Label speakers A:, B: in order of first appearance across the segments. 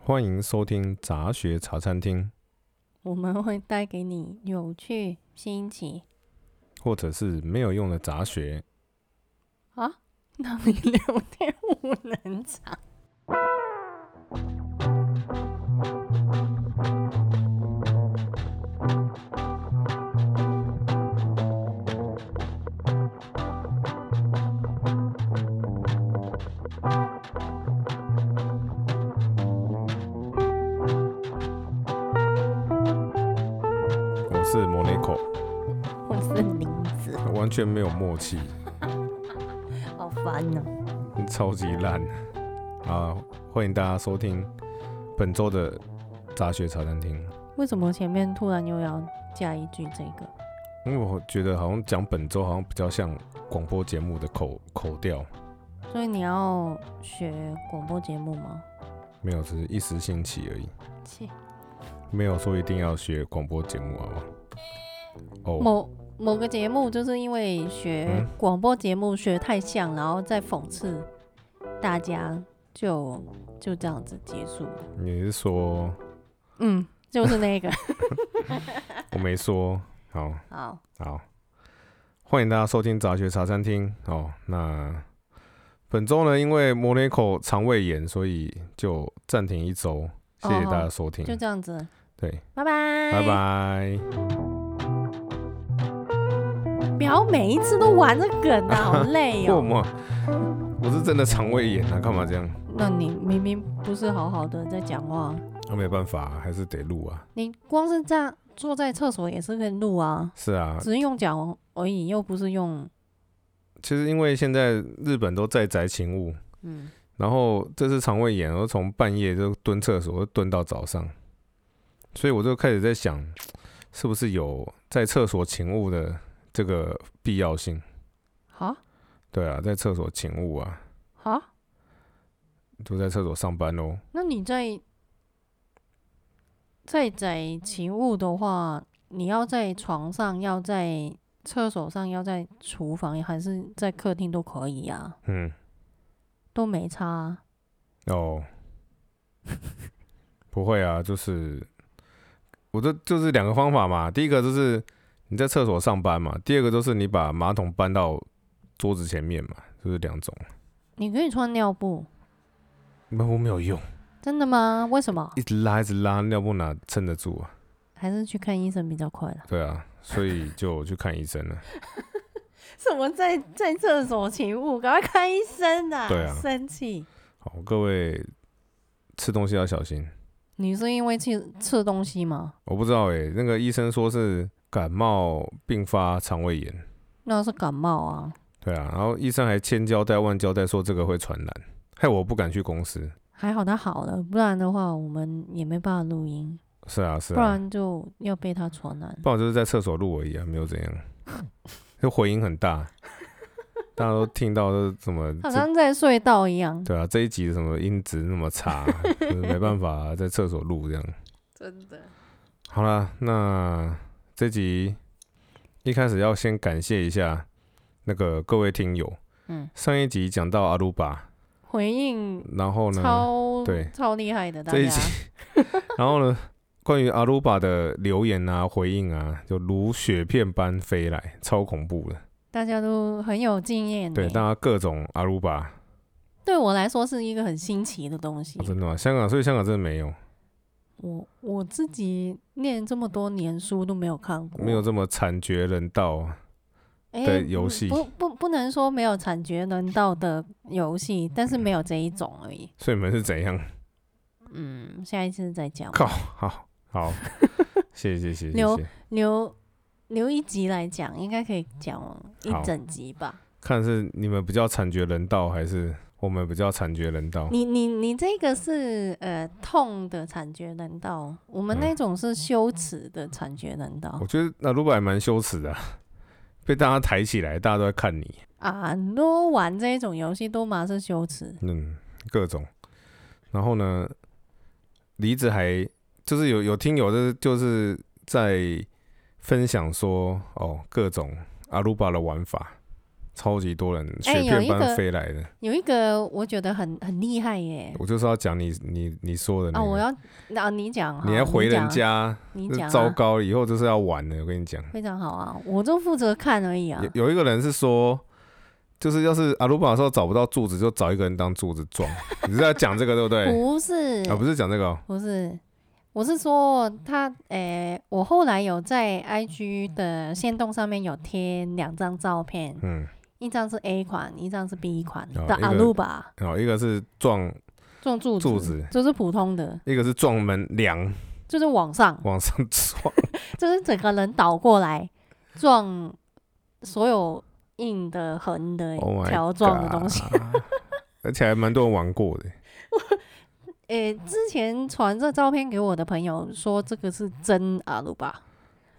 A: 欢迎收听杂学茶餐厅，
B: 我们会带给你有趣、新奇
A: 或者是没有用的杂学。
B: 啊，让你聊天无能场。
A: 我是 Monaco，
B: 我是林子，
A: 完全没有默契，
B: 好烦哦、
A: 超级烂啊！欢迎大家收听本周的杂学茶餐厅，
B: 为什么前面突然又要加一句这个？
A: 因为我觉得好像讲本周好像比较像广播节目的口口调，
B: 所以你要学广播节目吗？
A: 没有，只是一时兴起而已，
B: 切，
A: 没有说一定要学广播节目，好不好？哦，
B: 某某个节目就是因为学
A: 嗯
B: 广播节目学太像，然后再讽刺大家就，就这样子结束了。
A: 你是说
B: 嗯，就是那个。
A: 我没说？好，
B: 好，
A: 好，欢迎大家收听杂学茶餐厅。哦，那本周呢，因为 Monaco 肠胃炎，所以就暂停一周。谢谢大家收听，
B: 就这样子，
A: 对，
B: 拜拜，
A: 拜。拜。
B: 不要每一次都玩这 梗啊，好累
A: 我
B: 哦。
A: 嘛，我是真的肠胃炎啊，干嘛这样？
B: 那你明明不是好好的在讲话，
A: 那、啊没办法、还是得录啊。
B: 你光是这样坐在厕所也是可以录啊，
A: 是啊，
B: 只是用脚而已，又不是用
A: 其实因为现在日本都在宅勤务，
B: 嗯，
A: 然后这次肠胃炎，我从半夜就蹲厕所，蹲到早上，所以我就开始在想，是不是有在厕所勤务的这个必要性？
B: 好
A: 对啊，在厕所勤务啊，
B: 好，
A: 就在厕所上班喽。
B: 那你在在在勤务的话，你要在床上，要在厕所上，要在厨房，还是在客厅都可以啊，
A: 嗯，
B: 都没差啊、
A: 哦， 不会啊，就是我这就是两个方法嘛。第一个就是你在厕所上班嘛，第二个就是你把马桶搬到桌子前面嘛，就是两种。
B: 你可以穿尿布，
A: 那我没有用，
B: 真的吗？为什么？
A: 一直拉一直拉，尿布哪撑得住啊？
B: 还是去看医生比较快啦。
A: 对啊，所以就去看医生了。
B: 什么在在厕所勤务？赶快看医生啊！
A: 对啊
B: 生气。
A: 好，各位吃东西要小心。
B: 你是因为吃吃东西吗？
A: 我不知道诶、那个医生说是感冒并发肠胃炎。
B: 那是感冒啊，
A: 对啊，然后医生还千交代万交代说这个会传染，害我不敢去公司。
B: 还好他好了，不然的话我们也没办法录音，
A: 是啊，是
B: 不
A: 啊，
B: 然就要被他传染。
A: 不然我就是在厕所录而已啊，没有怎样，就回音很大， 大家都听到都怎么
B: 好
A: 这
B: 像在隧道一样，
A: 对啊，这一集什么音质那么差，就是没办法、啊在厕所录这样。
B: 真的。
A: 好了，那这集一开始要先感谢一下那个各位听友。
B: 嗯，
A: 上一集讲到阿鲁巴，
B: 回应
A: 然后呢，
B: 超
A: 对
B: 超厉害的，大
A: 这一
B: 家
A: 集，然后呢，关于阿鲁巴的留言啊、回应啊，就如雪片般飞来，超恐怖的。
B: 大家都很有经验欸。
A: 对，大家各种阿鲁巴，
B: 对我来说是一个很新奇的东西
A: 哦。真的吗？香港，所以香港真的没有，
B: 我我自己念这么多年书都没有看过，
A: 没有这么惨绝人道啊。
B: 哎
A: 的
B: 不
A: 游戏
B: 不不不能说没有惨绝人道的游戏，但是没有这一种而已。
A: 所以你们是怎样？
B: 嗯，下一次再讲吧，
A: 靠，好好，谢谢谢谢谢
B: 留
A: 谢。
B: 留留一集来讲，应该可以讲
A: 好
B: 一整集吧。
A: 看是你们比较惨绝人道，还是我们比较惨绝人道？
B: 你你你这个是呃痛的惨绝人道，我们
A: 嗯
B: 那种是羞耻的惨绝人道
A: 我、觉得那如果还蛮羞耻的啊、被大家抬起来，大家都在看你，
B: 啊！很多玩这种游戏都嘛是羞耻，
A: 嗯，各种。然后呢，梨子还就是有有听友就是就是在分享说，哦，各种阿鲁巴的玩法，超级多人
B: 哎
A: 雪
B: 有
A: 片
B: 一
A: 般
B: 个
A: 飞来的。
B: 有一个我觉得很很厉害耶。
A: 我就是要讲你你你说的那
B: 啊，
A: 个，
B: 我要啊，你讲，
A: 你还
B: 好
A: 回人
B: 讲，
A: 家，
B: 你
A: 这
B: 讲啊，
A: 糟糕，以后就是要玩了。我跟你讲，
B: 非常好啊，我就负责看而已啊。
A: 有有一个人是说，就是要是阿鲁巴的时候找不到柱子，就找一个人当柱子 撞。你是在讲这个对不对？
B: 不是，
A: 啊，不是讲这个、哦，
B: 不是，我是说他，诶、我后来有在 IG 的线动上面有贴两张照片，
A: 嗯，
B: 一张是 A 款，一张是 B 款
A: 哦
B: 的
A: 一个
B: 阿鲁巴，
A: 然后一个是撞，
B: 这种柱子，
A: 柱子
B: 就是普通的，
A: 一个是撞门梁
B: 就是往上，
A: 往上撞，
B: 就是整个人倒过来撞所有硬的、横的
A: Oh、my
B: 条状的东西。
A: God 而且还蛮多人玩过的。
B: 诶、之前传这照片给我的朋友说这个是真阿鲁巴，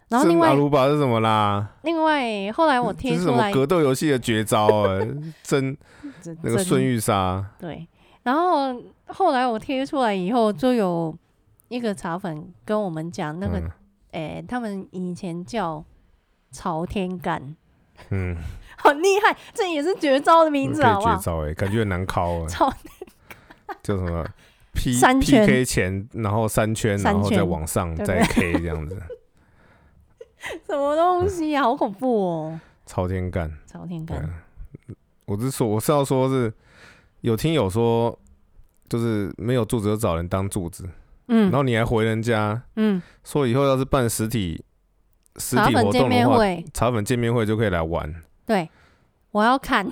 B: 然后
A: 这
B: 另外
A: 阿鲁巴是什么啦？
B: 另外后来我
A: 这
B: 贴
A: 是
B: 出
A: 什么
B: 来
A: 格斗游戏的绝招啊？ 真
B: 真
A: 那个
B: 真
A: 瞬玉杀，
B: 对，然后后来我贴出来以后，就有一个茶粉跟我们讲那个，
A: 嗯
B: 诶、他们以前叫朝天干，
A: 嗯，
B: 很厉害，这也是绝招的名字，
A: 可以
B: 好不
A: 绝
B: 好？
A: 招哎、感觉很难敲啊。
B: 朝
A: 叫什么 P
B: 三圈
A: PK 前，然后三圈，
B: 三
A: 然后再
B: 圈
A: 往上
B: 对不
A: 再 K 这样子，
B: 什么东
A: 嗯
B: 西啊，好恐怖哦！
A: 朝天干。
B: 朝天
A: 对
B: 干，
A: 啊，我是说，我是要说是有听友说，就是没有柱子就找人当柱子，然
B: 嗯
A: 后你还回人家
B: 嗯，
A: 说以后要是办实体实
B: 茶
A: 体
B: 粉
A: 活
B: 见
A: 动的
B: 面
A: 话，
B: 会，
A: 茶粉见面会就可以来玩。
B: 对，我要看，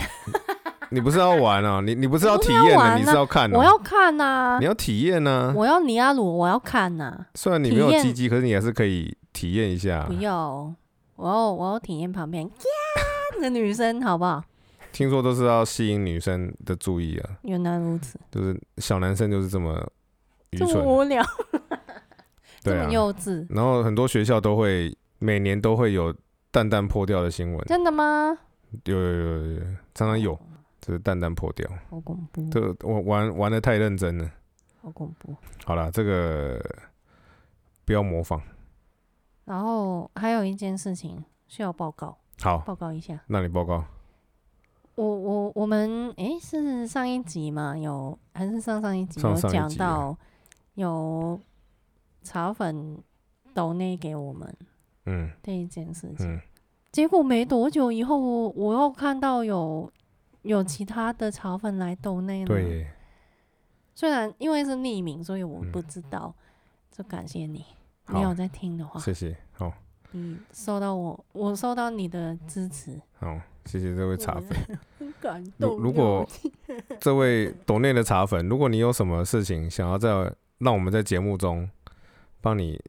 A: 你不是要玩啊？你你不是要
B: 不是
A: 体
B: 要
A: 验
B: 玩
A: 你
B: 啊
A: 是要看、哦
B: 我要看啊呐、
A: 你要体验呢、
B: 我要尼亚鲁，我要看呐、
A: 虽然你
B: 体
A: 没有
B: 验
A: 鸡鸡，可是你还是可以体验一下啊
B: 不。要哦，我要我要体验旁边 的女生，好不好？
A: 听说都是要吸引女生的注意啊，
B: 原来如此。
A: 就是小男生就是这么愚
B: 这
A: 蠢，
B: 么无聊，这
A: 对
B: 么
A: 啊。
B: 幼稚，
A: 然后很多学校都会每年都会有蛋蛋破掉的新闻，
B: 真的吗？
A: 有有有有有，常常有，就是蛋蛋破掉，
B: 好恐怖，
A: 哎这我玩玩的太认真了。
B: 好恐怖。
A: 好啦，这个不要模仿。
B: 然后还有一件事情需要报告，
A: 好，
B: 报告一下。
A: 那你报告。
B: 我我我们诶是上一集嘛，有还是上上一集
A: 上
B: 有
A: 上一
B: 讲
A: 集啊
B: 到有茶粉抖内给我们
A: 嗯
B: 这一件事情，
A: 嗯，
B: 结果没多久以后，我我又看到有有其他的茶粉来抖内了。
A: 对耶，
B: 虽然因为是匿名，所以我
A: 嗯
B: 不知道，就感谢你，
A: 好
B: 你有在听的话，
A: 谢谢。好
B: 你收到我，我收到你的支持，
A: 好，谢谢这位茶粉。
B: 很 感
A: 如如果这位岛内的茶粉，如果你有什么事情想要在让我们在节目中帮你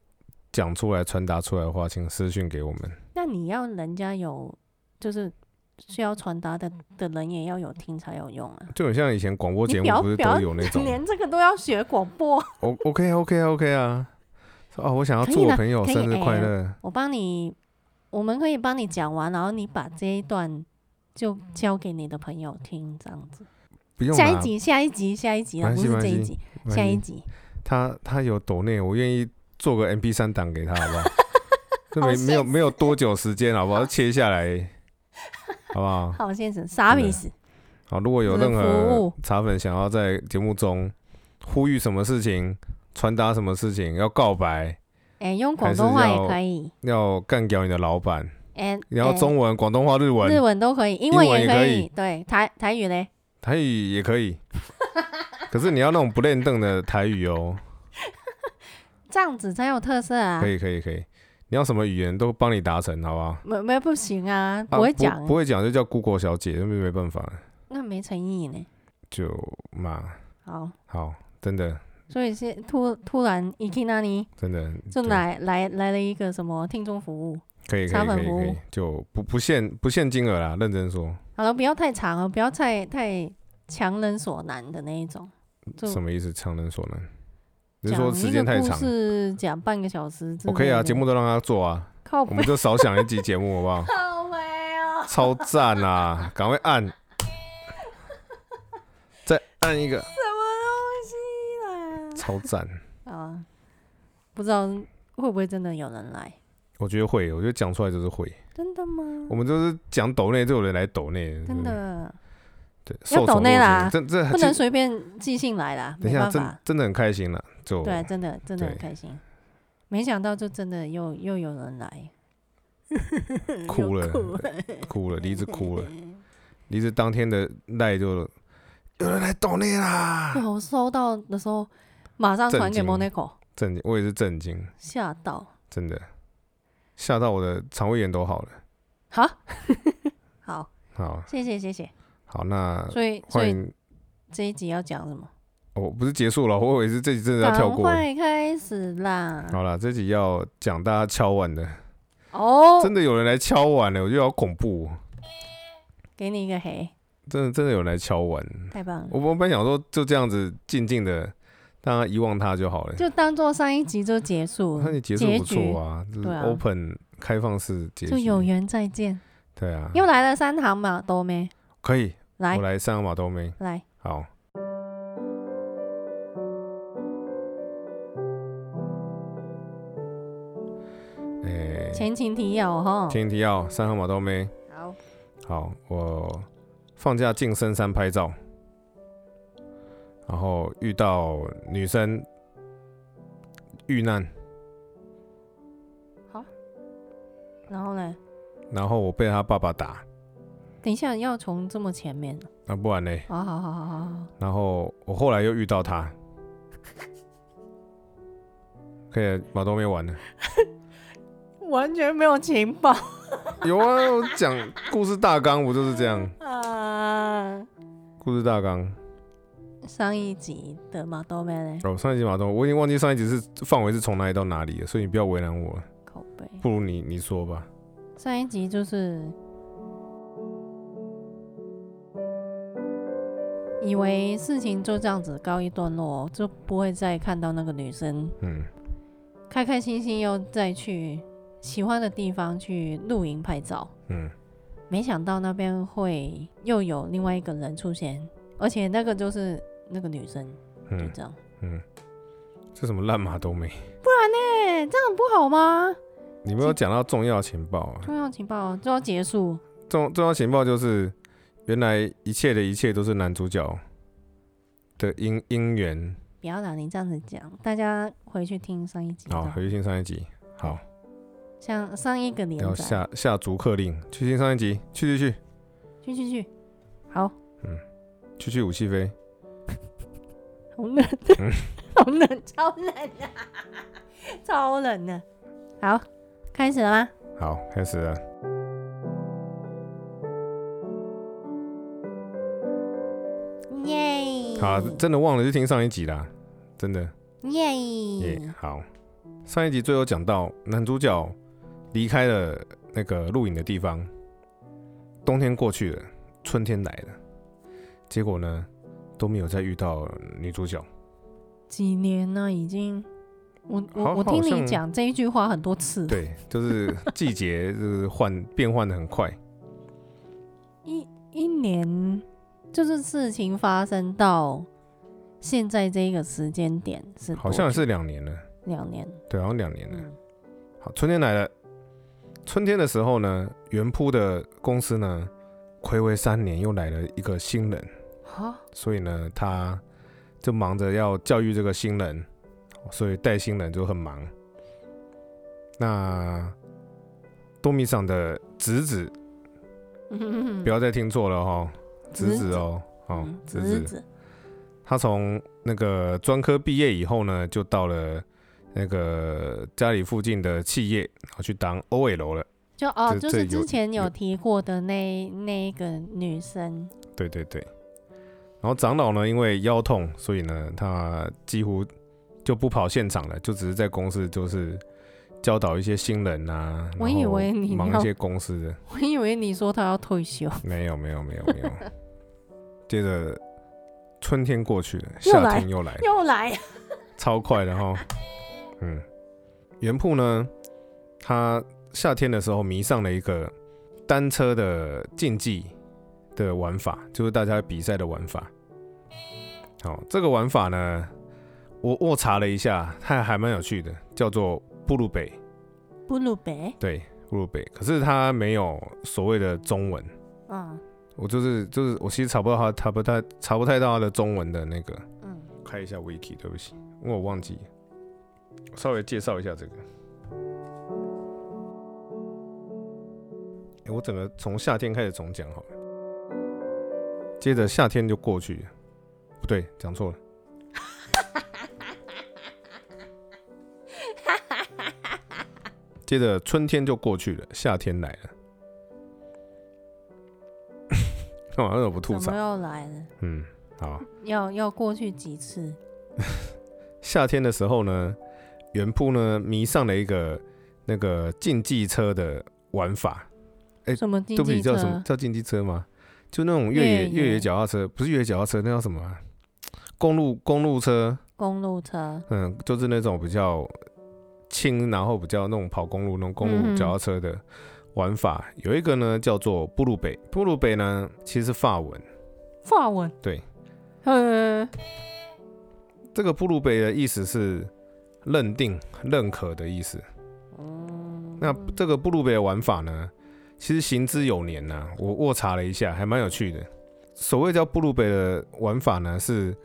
A: 讲出来、传达出来的话，请私讯给我们。
B: 那你要人家有，就是需要传达的的人也要有听才有用啊。
A: 就很像以前广播
B: 你
A: 节
B: 不
A: 目
B: 要
A: 不是
B: 不
A: 都
B: 要
A: 有那种
B: 连这个都要学广播，
A: ，O OK 啊 OK 啊 OK 啊，说哦，我想要
B: 可以
A: 祝我
B: 啦
A: 朋友
B: 可以
A: 生日
B: 哎
A: 快乐，
B: 我帮你，我们可以帮你讲完，然后你把这一段就交给你的朋友听，这样子。
A: 不用
B: 下一
A: 啦，
B: 集，下一集，下一集啊，
A: 没
B: 不
A: 关系
B: 是这
A: 没
B: 一
A: 关
B: 集，
A: 没
B: 下
A: 关
B: 一
A: 系
B: 集。
A: 他他有抖内，我愿意做个 MP 三档给他，好不 好？这
B: 好
A: 没
B: 现
A: 没有没有多久时间，好不好？切下来，好不好？
B: 好先生，啥
A: 真的
B: 意思？
A: 好，如果有
B: 这
A: 任
B: 是服
A: 何
B: 务
A: 茶粉想要在节目中呼吁什么事情、传达什么事情、要告白、
B: 哎、用广东话也可以，
A: 要干掉你的老板，
B: 哎，
A: 然后
B: 哎
A: 中文、广东话、日文、
B: 日文都可以，英
A: 文
B: 文
A: 也可
B: 可
A: 以
B: 对，台台语嘞，
A: 台语也可以。 可是你要那种不练凳的台语哦，
B: 这样子才有特色啊
A: 可。以可以可以，你要什么语言都帮你达成，好不好？
B: 没没有不行啊，
A: 啊
B: 不会讲，
A: 不会讲就叫 Google 小姐，那没没办法，
B: 那没诚意呢。
A: 就嘛，
B: 好，
A: 好，真的
B: 所以是突突然伊 k 那里
A: 真的
B: 就
A: 对
B: 来来来了一个什么听众服务。
A: 可以可
B: 茶
A: 以
B: 粉
A: 可以
B: 服
A: 可以
B: 务，
A: 就不不限不限金额啦，认真说，
B: 好了，不要太长哦了，不要太太强人所难的那一种。就
A: 什么意思？强人所难？你是
B: 讲
A: 说时间太
B: 一个
A: 长
B: 故事讲半个小时之类的，
A: 我可以啊，节目都让他做啊，
B: 靠
A: 我
B: 背？
A: 们就少想一集节目好不好
B: 靠背哦。
A: 超赞啊！赶快按，再按一个，
B: 什么东西
A: 超赞！
B: 啦？啊，不知道会不会真的有人来？
A: 我觉得会，我觉得讲出来就是会。
B: 真的吗
A: 我？们都是讲抖内，就有人来抖内，
B: 真的
A: 对，
B: 要
A: 受宠
B: 抖内
A: 若
B: 啦
A: 惊这这
B: 不能随便寄信来啦，
A: 呃 等一
B: 没
A: 下，
B: 办
A: 真
B: 法。
A: 真的很开心了，就
B: 对，真的真的很
A: 对
B: 开心，没想到就真的又又有人来，
A: 哭了
B: 又哭了，
A: 哭了，梨子哭 了，梨子当天的赖就有人来抖内啦，
B: 哇我收到的时候马上传给
A: 震惊
B: Monaco，
A: 震惊，我也是震惊，
B: 吓到，
A: 真的吓到我的肠胃炎都好了。
B: 好， 好，
A: 好
B: 谢谢谢谢。
A: 好，那
B: 所以所
A: 欢
B: 以
A: 迎。
B: 这一集要讲什么？
A: 哦，不是结束了，我以为是这集真的要跳
B: 赶
A: 过了。
B: 快开始啦！
A: 好了，这集要讲大家敲碗的，
B: 哦，
A: 真的有人来敲碗了，我觉得好恐怖哦，
B: 给你一个黑，
A: 真的真的有人来敲碗。
B: 太棒了！
A: 我我本来想说就这样子静静的，大家遗忘它就好了。
B: 就当做上一集就结束
A: 那
B: 了，
A: 你结束不错啊，就是
B: 对啊
A: open 开放式结局，
B: 就有缘再见。
A: 对啊，
B: 又来了三行嘛，都没
A: 可以，
B: 来
A: 我来上马都没
B: 来，
A: 好。诶、
B: 前情提要哦哈。
A: 前提要三号马都没
B: 好，
A: 好，我放假进深山拍照，然后遇到女生遇难，
B: 然后呢？
A: 然后我被她爸爸打，
B: 等一下要从这么前面，
A: 那、不然呢？
B: 好好好好好好，
A: 然后我后来又遇到他，可以马都没完了。
B: 完全没有情报
A: 有啊，我讲故事大纲，我就是这样。
B: 啊。
A: 故事大纲，
B: 上一集的马豆妹嘞，
A: 哦，上一集马东，我已经忘记上一集是范围是从哪里到哪里了，所以你不要为难我了，
B: 口碑。
A: 不如你你说吧。
B: 上一集就是以为事情就这样子告一段落，就不会再看到那个女生
A: 嗯，
B: 开开心心又再去喜欢的地方去露营拍照。
A: 嗯，
B: 没想到那边会又有另外一个人出现，而且那个就是那个女生，就
A: 嗯，
B: 这样。
A: 这什么烂马都没，
B: 哎、这样不好吗？
A: 你没有讲到重要情报啊。
B: 重要情报就要结束，
A: 重重要情报就是，原来一切的一切都是男主角的因因缘。
B: 不要啦，你这样子讲，大家回去听上一集的。
A: 哦好，回去听上一集。好。
B: 像上一个连
A: 要
B: 载，
A: 下下逐客令，去听上一集，去去去，
B: 去去去，好，
A: 去去武器飞，
B: 好冷，好冷，超冷啊， 超冷的、好，开始了吗？
A: 好，开始了。
B: 耶！
A: 好，真的忘了去听上一集啦，真的也、
B: 耶！
A: 好。上一集最后讲到男主角离开了那个录影的地方，冬天过去了，春天来了，结果呢都没有再遇到女主角，
B: 几年了，已经，我
A: 好
B: 我我听
A: 好像
B: 你讲这一句话很多次，，
A: 对，就是季节就是换变换的很快，
B: 一一年就是事情发生到现在这个时间点是
A: 好像
B: 多久
A: 是两年了，
B: 两年，
A: 对，好像两年了。
B: 嗯，
A: 好，春天来了。春天的时候呢，原铺的公司呢，暌违三年又来了一个新人，
B: 好，
A: 所以呢，他就忙着要教育这个新人，所以带新人就很忙。那多米桑的侄子，
B: 嗯
A: 不要再听错了哦，侄
B: 侄
A: 子
B: 子
A: 哦，哦
B: 嗯，
A: 侄
B: 侄
A: 子，
B: 子，
A: 他从那个专科毕业以后呢，就到了那个家里附近的企业，然后去当 OL 了。
B: 就哦，
A: 这
B: 就
A: 这
B: 是
A: 有
B: 之前
A: 有
B: 有提过的那那一个女生，
A: 对对对。然后长老呢，因为腰痛，所以呢，他几乎就不跑现场了，就只是在公司就是教导一些新人啊。
B: 我
A: 然
B: 以
A: 后
B: 为你
A: 忙
B: 要
A: 一些公司的，
B: 我以为你说她要退休，
A: 没有没有没有没有。接着春天过去了，
B: 又
A: 夏
B: 来
A: 天又来了，
B: 又来，
A: 超快的哈。嗯，原铺呢，他夏天的时候迷上了一个单车的竞技的玩法，就是大家比赛的玩法。好，这个玩法呢，我我查了一下，它还蛮有趣的，叫做布鲁北。
B: 布鲁贝
A: 对，呼噜贝，可是它没有所谓的中文，
B: 嗯
A: 我就是就是我其实查不到它，查不太查不太到它的中文的那个。
B: 嗯，
A: 开一下 wiki，对不起，因为我忘记。稍微介绍一下这个。哎、我整个从夏天开始总讲好了，接着夏天就过去了，不对，讲错了。接着春天就过去了，夏天来了。 干嘛那么不吐
B: 怎
A: 槽
B: 么？又来了？
A: 嗯，好。
B: 要要过去几次？
A: 夏天的时候呢，原铺呢迷上了一个那个竞技车的玩法，哎
B: 什么经
A: 对不
B: 济
A: 起，
B: 车
A: 叫？什么叫竞技车吗？就那种越野
B: 越野
A: 越野脚踏车，不是越野脚踏车，那叫什么啊？公路公路车，
B: 公路车？
A: 嗯，就是那种比较轻，然后比较那种跑公路那种公路
B: 嗯
A: 脚踏车的玩法。有一个呢叫做布鲁北，布鲁北呢其实是法文，
B: 法文？
A: 对，
B: 呃，
A: 这个布鲁北的意思是认定、认可的意思。
B: 嗯，
A: 那这个布鲁贝的玩法呢，其实行之有年呐、我我查了一下，还蛮有趣的。所谓叫布鲁贝的玩法呢，是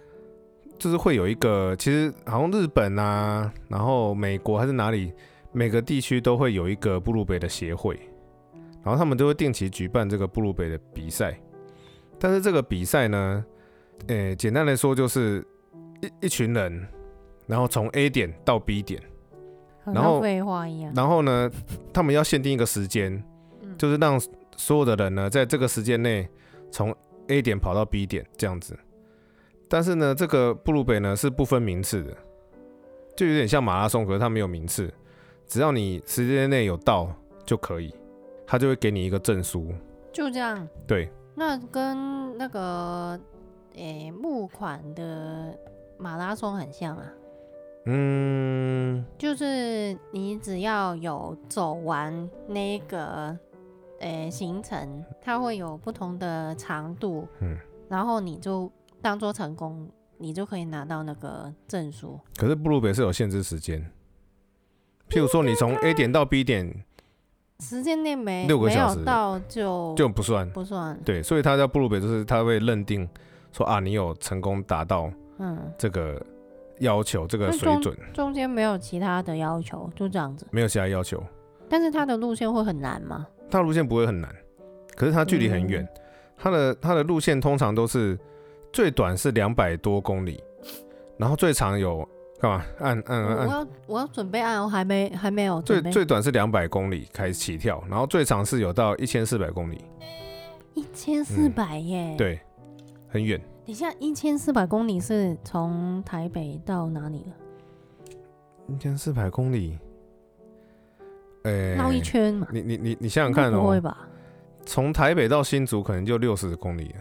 A: 就是会有一个，其实好像日本啊，然后美国还是哪里，每个地区都会有一个布鲁贝的协会，然后他们都会定期举办这个布鲁贝的比赛。但是这个比赛呢，呃，简单来说就是一一群人，然后从 A 点到 B 点。
B: 好
A: 然后
B: 像废话一样。
A: 然后呢，他们要限定一个时间，
B: 嗯
A: 就是让所有的人呢，在这个时间内从 A 点跑到 B 点这样子。但是呢，这个布鲁北呢是不分名次的，就有点像马拉松，可是它没有名次，只要你时间内有到就可以，他就会给你一个证书。
B: 就这样。
A: 对，
B: 那跟那个诶、募款的马拉松很像啊，
A: 嗯，
B: 就是你只要有走完那个诶、行程，它会有不同的长度，
A: 嗯，
B: 然后你就当做成功，你就可以拿到那个证书。
A: 可是布鲁北是有限制时间，譬如说你从 A 点到 B 点
B: 时间内没
A: 六个
B: 没
A: 小时
B: 有到就
A: 就不算，
B: 不算，
A: 对，所以他叫布鲁北，就是他会认定说啊，你有成功达到
B: 嗯，
A: 这个要求、这个
B: 那
A: 水
B: 中
A: 准，
B: 中间没有其他的要求，就这样子。
A: 没有其他要求。
B: 但是它的路线会很难吗？
A: 它的路线不会很难，可是它距离很远，
B: 嗯
A: 它的它的路线通常都是最短是两百多公里，然后最长有干嘛？按按按
B: 我我
A: 按，
B: 要我要准备按，我还没还没有
A: 嗯最
B: 准备。
A: 最短是两百公里开始起跳，然后最长是有到一千四百公里，
B: 一千四百耶！，
A: 嗯对，很远。
B: 等一下一千四百公里是从台北到哪里了？嗯
A: 一千四百公里，呃、
B: 绕一圈嘛？
A: 你你你你想想看
B: 应该
A: 哦、
B: 不会吧？
A: 从台北到新竹可能就六十公里了，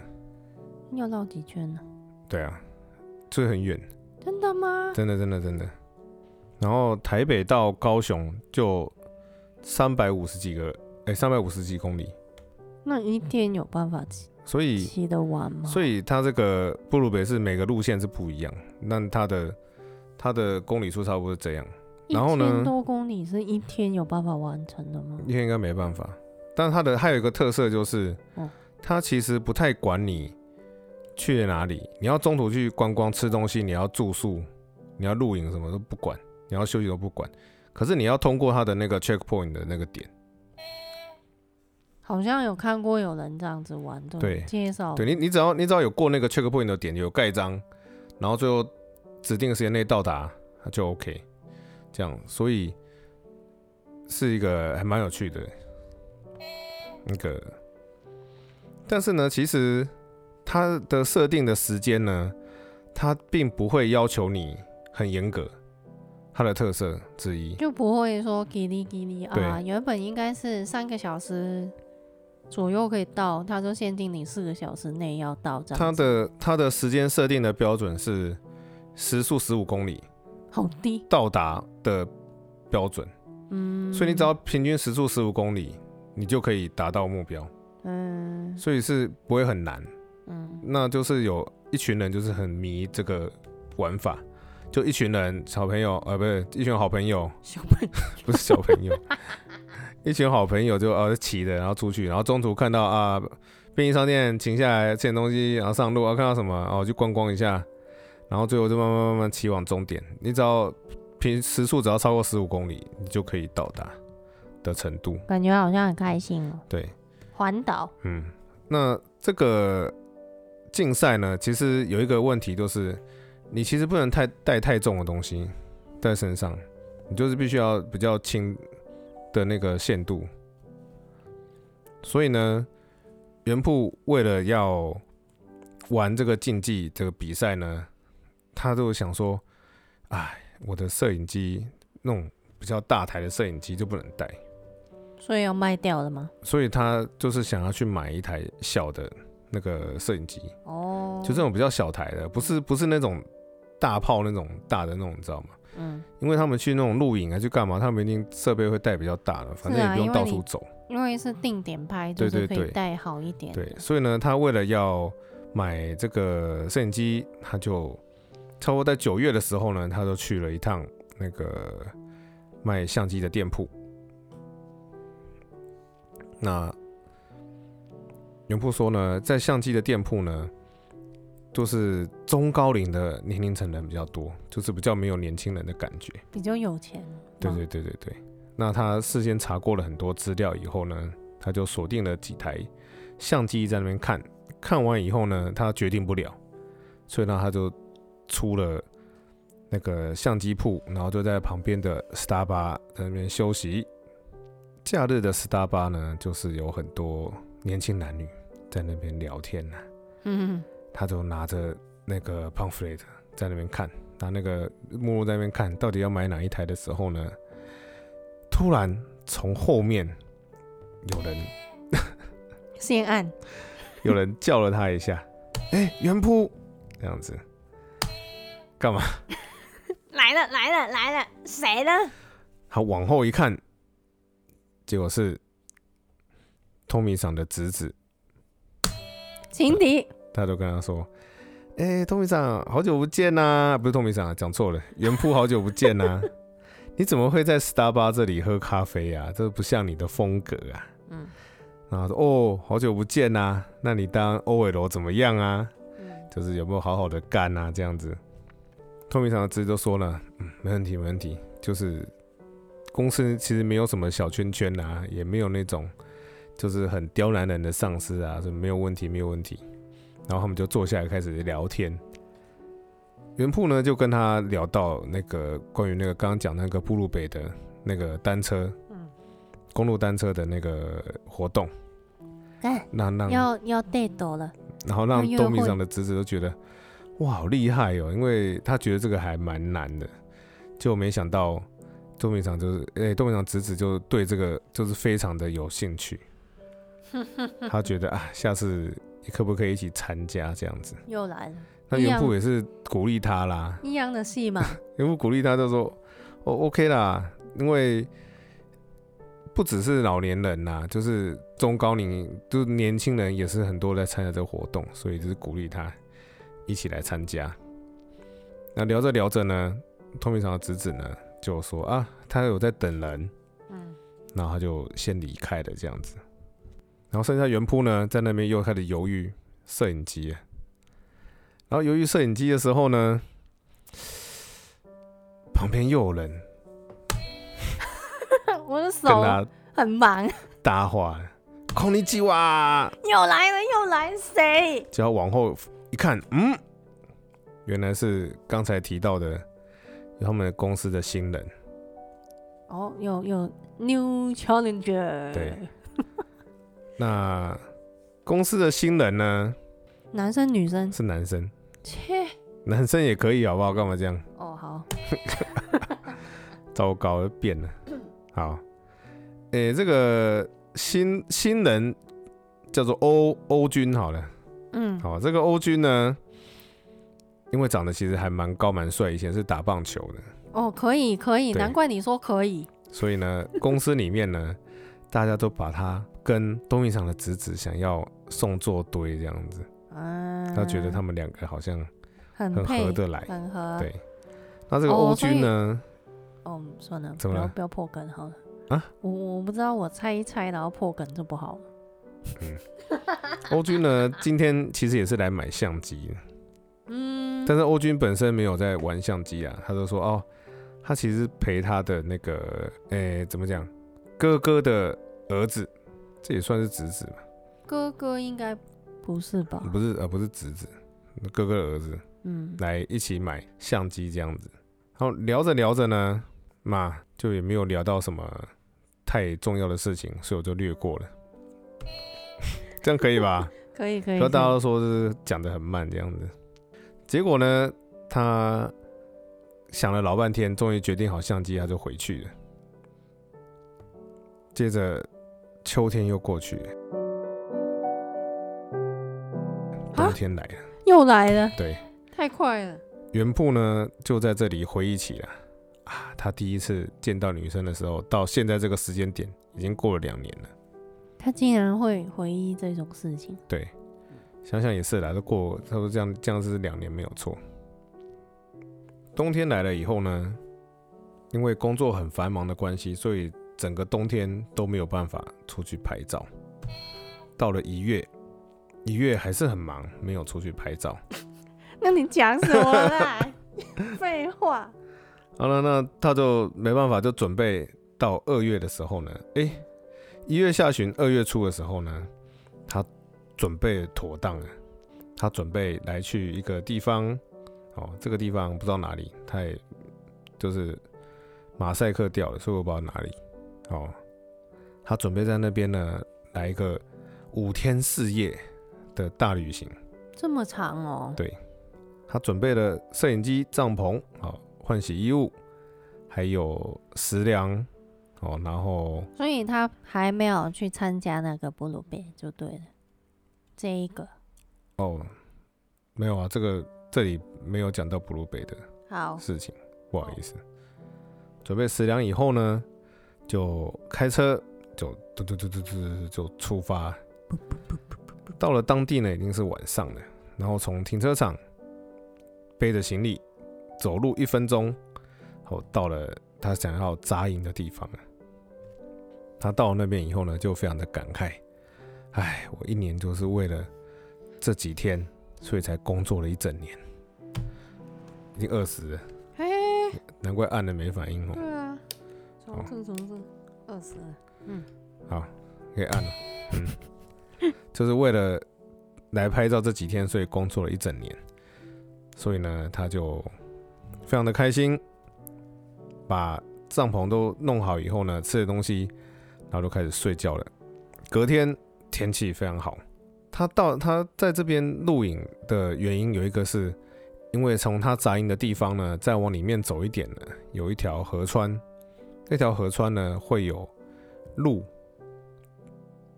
B: 要绕几圈呢？
A: 对啊，这很远，
B: 真的吗？
A: 真的真的真的。然后台北到高雄就三百五十几个，哎、3三百五十几公里，
B: 那一天有办法骑
A: 所以
B: 骑得完吗？
A: 所以它这个布鲁北是每个路线是不一样，那它的它的公里数差不多是这样，然后呢
B: 一千多公里是一天有办法完成的吗？
A: 应该应该没办法。但它的还有一个特色就是
B: 嗯，
A: 它其实不太管你去了哪里，你要中途去观光、吃东西，你要住宿，你要露营，什么都不管，你要休息都不管。可是你要通过它的那个 checkpoint 的那个点，
B: 好像有看过有人这样子玩的，
A: 对
B: 介绍
A: 对你，你只要你只要有过那个 checkpoint 的点，有盖章，然后最后指定的时间内到达，那就 OK。这样，所以是一个还蛮有趣的那个。但是呢，其实它的设定的时间呢，它并不会要求你很严格，它的特色之一。
B: 就不会说叽哩叽哩啊。
A: 对
B: 原本应该是三个小时左右可以到，他说限定你四个小时内要到，这样
A: 它
B: 子
A: 的它的时间设定的标准是时速十五公里
B: 好低，
A: 到达的标准。
B: 嗯，
A: 所以你只要平均时速十五公里，你就可以达到目标，
B: 嗯
A: 所以是不会很难。
B: 嗯
A: 那就是有一群人就是很迷这个玩法，就一群人小朋友，呃，不是一群好朋友，
B: 小朋友
A: 不是小朋友，一群好朋友就呃骑的，然后出去，然后中途看到啊便利商店停下来吃点东西，然后上路啊看到什么，然后去逛逛一下，然后最后就慢慢慢慢骑往终点。你只要平时速只要超过十五公里，你就可以到达的程度。
B: 感觉好像很开心哦。
A: 对，
B: 环岛，
A: 嗯，那这个竞赛呢，其实有一个问题，就是你其实不能太带太重的东西在身上，你就是必须要比较轻的那个限度。所以呢，原铺为了要玩这个竞技这个比赛呢，他就想说，哎，我的摄影机那种比较大台的摄影机就不能带。
B: 所以要卖掉了吗？
A: 所以他就是想要去买一台小的那个摄影机，
B: 哦，
A: 就这种比较小台的，不是不是那种大炮那种大的那种，你知道吗？
B: 嗯，
A: 因为他们去那种露营啊，去干嘛，他们一定设备会带比较大的，反正
B: 是
A: 也
B: 啊
A: 不用
B: 因为
A: 到
B: 你
A: 处走。
B: 因为是定点拍，
A: 对
B: 就是
A: 对
B: 可以
A: 对
B: 带好一点的。
A: 对，所以呢，他为了要买这个摄影机，他就差不多在九月的时候呢，他就去了一趟那个卖相机的店铺。那袁铺说呢，在相机的店铺呢，就是中高龄的年龄层人比较多，就是比较没有年轻人的感觉。
B: 比较有钱。
A: 对
B: 嗯
A: 对对对对。那他事先查过了很多资料以后呢，他就锁定了几台相机在那边看，看完以后呢，他决定不了，所以呢，他就出了那个相机铺，然后就在旁边的 Star 吧在那边休息。假日的 Star 吧呢，就是有很多年轻男女在那边聊天啊呐、
B: 嗯，
A: 他就拿着那个 pamphlet 在那边看，拿那个目录在那边看，到底要买哪一台的时候呢，突然从后面有人
B: 先按，
A: 有人叫了他一下，哎、袁扑这样子，干嘛？
B: 来了来了来了，谁呢？
A: 他往后一看，结果是托米桑的侄子，
B: 情敌，
A: 他就跟他说。哎、托米桑，好久不见呐、不是托米桑啊，讲错了，袁扑好久不见呐、 你怎么会在 Star 吧这里喝咖啡啊？这不像你的风格啊。
B: 嗯
A: 然后他说哦，好久不见呐、啊那你当 OL 怎么样啊？
B: 嗯，
A: 就是有没有好好的干啊？这样子。托米桑的侄子就说了，嗯，没问题，没问题。就是公司其实没有什么小圈圈啊，也没有那种就是很刁难人的上司啊，所以没有问题，没有问题。然后他们就坐下来开始聊天。袁铺呢就跟他聊到那个关于那个刚刚讲那个布鲁北的那个单车，
B: 嗯
A: 公路单车的那个活动，
B: 哎，
A: 那让
B: 要要带走了，
A: 然后让
B: 要约
A: 东明
B: 会
A: 长的侄子都觉得，哇，好厉害哦，因为他觉得这个还蛮难的，就没想到东明长就是，哎、东明长侄子就对这个就是非常的有兴 趣，他觉得啊，下次可不可以一起参加这样子？
B: 又来了，
A: 那
B: 一
A: 袁
B: 样
A: 父也是鼓励他啦，
B: 一样的戏嘛。
A: 袁父鼓励他就说，哦，OK 啦，因为。不只是老年人呐、就是中高龄，就是年轻人也是很多在参加这个活动，所以就是鼓励他一起来参加。那聊着聊着呢，托米长的侄子呢就说啊，他有在等人，
B: 嗯，
A: 然后他就先离开了这样子。然后剩下原铺呢，在那边又开始犹豫摄影机了。然后犹豫摄影机的时候呢，旁边又有人
B: 我的
A: 跟
B: 手
A: 他
B: 很忙，
A: 搭话了，空尼基哇！
B: 又来了又来谁？
A: 只要啊往后一看，嗯，原来是刚才提到的他们公司的新人。
B: 哦，有有 new challenger，
A: 对，那公司的新人呢
B: 男生女生，
A: 是男生，
B: 切，
A: 男生也可以好不好？干嘛这样？
B: 哦好，
A: 糟糕，变了。
B: 嗯
A: 好，诶、这个新新人叫做欧欧军好了。
B: 嗯，
A: 好，这个欧军呢，因为长得其实还蛮高蛮帅，以前是打棒球的。
B: 哦可以可以，
A: 对
B: 难怪你说可以，
A: 所以 呢，公司里面呢，大家都把他跟东影厂的侄子想要送作堆这样子，
B: 嗯，
A: 他觉得他们两个好像
B: 很
A: 很
B: 配
A: 合得来。
B: 很合，
A: 对，那这个
B: 哦
A: 欧
B: 所
A: 军
B: 以
A: 呢，
B: 哦算了，
A: 怎
B: 不
A: 么
B: 要
A: 了
B: 不要破梗好了，
A: 啊，
B: 我我不知道，我猜一猜，然后破梗就不好了。
A: 欧军呢，今天其实也是来买相机的，
B: 嗯，
A: 但是欧军本身没有在玩相机啊，他就说哦，他其实陪他的那个，诶、怎么讲，哥哥的儿子，这也算是侄子嘛，
B: 哥哥应该不是吧？
A: 不是呃不是侄子，哥哥的儿子
B: 啊嗯，
A: 来一起买相机这样子。然后聊着聊着呢，嘛就也没有聊到什么太重要的事情，所以我就略过了。 这样可以吧？
B: 可以可以。
A: 然后大家
B: 可以
A: 都说是讲的很慢这样子。结果呢，他想了老半天，终于决定好相机，他就回去了。接着秋天又过去了，冬天来了。
B: 又来了，
A: 对，
B: 太快了。
A: 原铺呢就在这里回忆起了啊，他第一次见到女生的时候，到现在这个时间点已经过了两年了。
B: 他竟然会回忆这种事情，
A: 对，想想也是啦，都过差不多这样，这样是两年没有错。冬天来了以后呢，因为工作很繁忙的关系，所以整个冬天都没有办法出去拍照。到了一月，一月还是很忙，没有出去拍照。
B: 那你讲什么 啦？废话。
A: 好了，那他就没办法，就准备到二月的时候呢，诶，一月下旬、二月初的时候呢，他准备妥当了，他准备来去一个地方，哦，这个地方不知道哪里，他也就是马赛克掉了，所以我不知道哪里，哦，他准备在那边呢来一个五天四夜的大旅行。
B: 这么长哦、
A: 对他准备了摄影机、帐篷、好换洗衣物，还有食粮哦，然后
B: 所以他还没有去参加那个布鲁贝就对了。这一个
A: 哦，没有啊，这个这里没有讲到布鲁北的
B: 好，
A: 事情，不好意思。准备食粮以后呢，就开车就嘟嘟嘟嘟嘟就出发。到了当地呢，已经是晚上了。然后从停车场背着行李，走路一分钟，后到了他想要扎营的地方了。他到了那边以后呢，就非常的感慨，哎，我一年就是为了这几天，所以才工作了一整年，已经饿死了。
B: 嘿，
A: 难怪按了没反应哦，
B: 对啊，
A: 重
B: 置重置，二十了，
A: 可以按了。嗯， 就是为了来拍照这几天，所以工作了一整年，所以呢，他就非常的开心，把帐篷都弄好以后呢，吃的东西，然后就开始睡觉了。隔天天气非常好，他到他在这边录影的原因有一个是。因为从他扎营的地方呢，再往里面走一点呢，有一条河川，那条河川呢会有鹿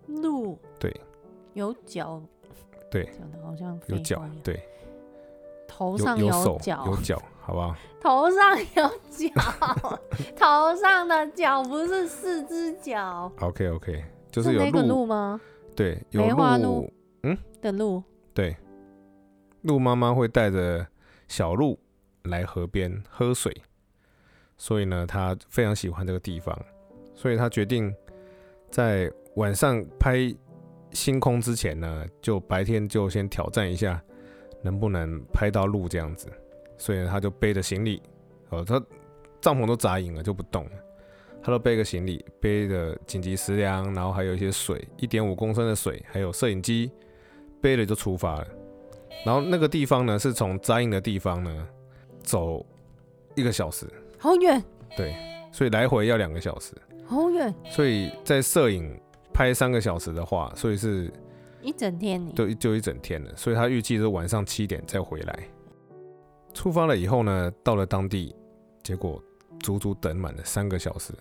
B: 鹿
A: 对
B: 有角，
A: 对
B: 讲的好像
A: 有
B: 废
A: 脚
B: 话一样，
A: 对，
B: 头
A: 有
B: 上
A: 有手
B: 角，
A: 有脚，好不好？
B: 头上有 角，头上的角不是四只脚，
A: OK OK，就是有
B: 那个
A: 鹿，
B: 鹿吗？
A: 对，有
B: 梅花
A: 鹿
B: 鹿，的鹿，
A: 对，鹿妈妈会带着小鹿来河边喝水，所以呢，她非常喜欢这个地方，所以她决定在晚上拍星空之前呢，就白天就先挑战一下，能不能拍到鹿这样子。所以呢，她就背着行李，哦，她帐篷都扎营了就不动了。她都背个行李，背着紧急食粮，然后还有一些水，一点五公升的水，还有摄影机，背了就出发了。然后那个地方呢，是从扎营的地方呢走一个小时，
B: 好远，
A: 所以来回要两个小时。
B: 好远，
A: 所以在摄影拍三个小时的话，所以是
B: 一整天你
A: 就就一整天了。所以他预计是晚上七点再回来。出发了以后呢，到了当地，结果足足等满了三个小时，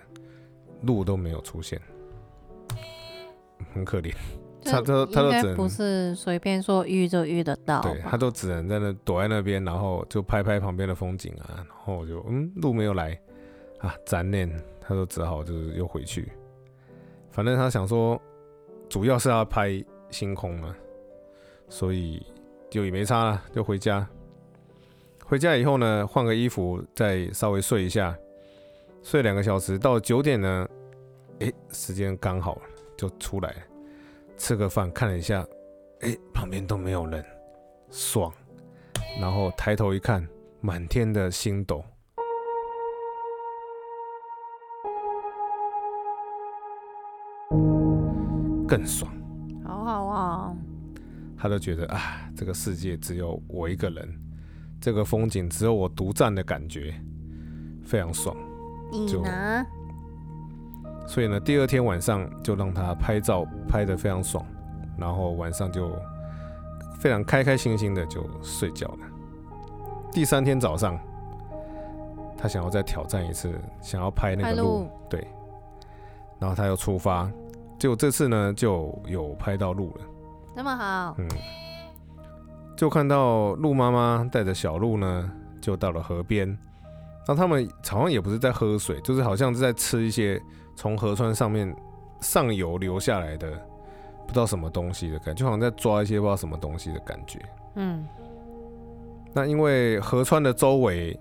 A: 路都没有出现，很可怜。
B: 这
A: 他他他都
B: 应该
A: 只能
B: 不是随便说遇就遇得到吧，
A: 对他都只能在那躲在那边，然后就拍拍旁边的风景啊，然后我就嗯路没有来啊，残念，他就只好就是又回去。反正他想说，主要是要拍星空嘛，所以就也没差了，就回家。回家以后呢，换个衣服，再稍微睡一下，睡两个小时，到九点呢，哎、时间刚好就出来了，吃个饭看了一下，哎、旁边都没有人，爽。然后抬头一看，满天的星斗。更爽，
B: 好好啊，
A: 他就觉得啊，这个世界只有我一个人，这个风景只有我独占的感觉，非常爽。
B: 你
A: 就
B: 呢？
A: 所以呢，第二天晚上就让他拍照拍得非常爽，然后晚上就非常开开心心的就睡觉了。第三天早上，他想要再挑战一次，想要拍那
B: 拍
A: 个
B: 路
A: 路，对。然后他又出发，结果这次呢就有拍到路了。
B: 那么好，
A: 嗯，就看到鹿妈妈带着小鹿呢，就到了河边。那他们好像也不是在喝水，就是好像是在吃一些从河川上面上游流下来的不知道什么东西的感觉，就好像在抓一些不知道什么东西的感觉。
B: 嗯，
A: 那因为河川的周围，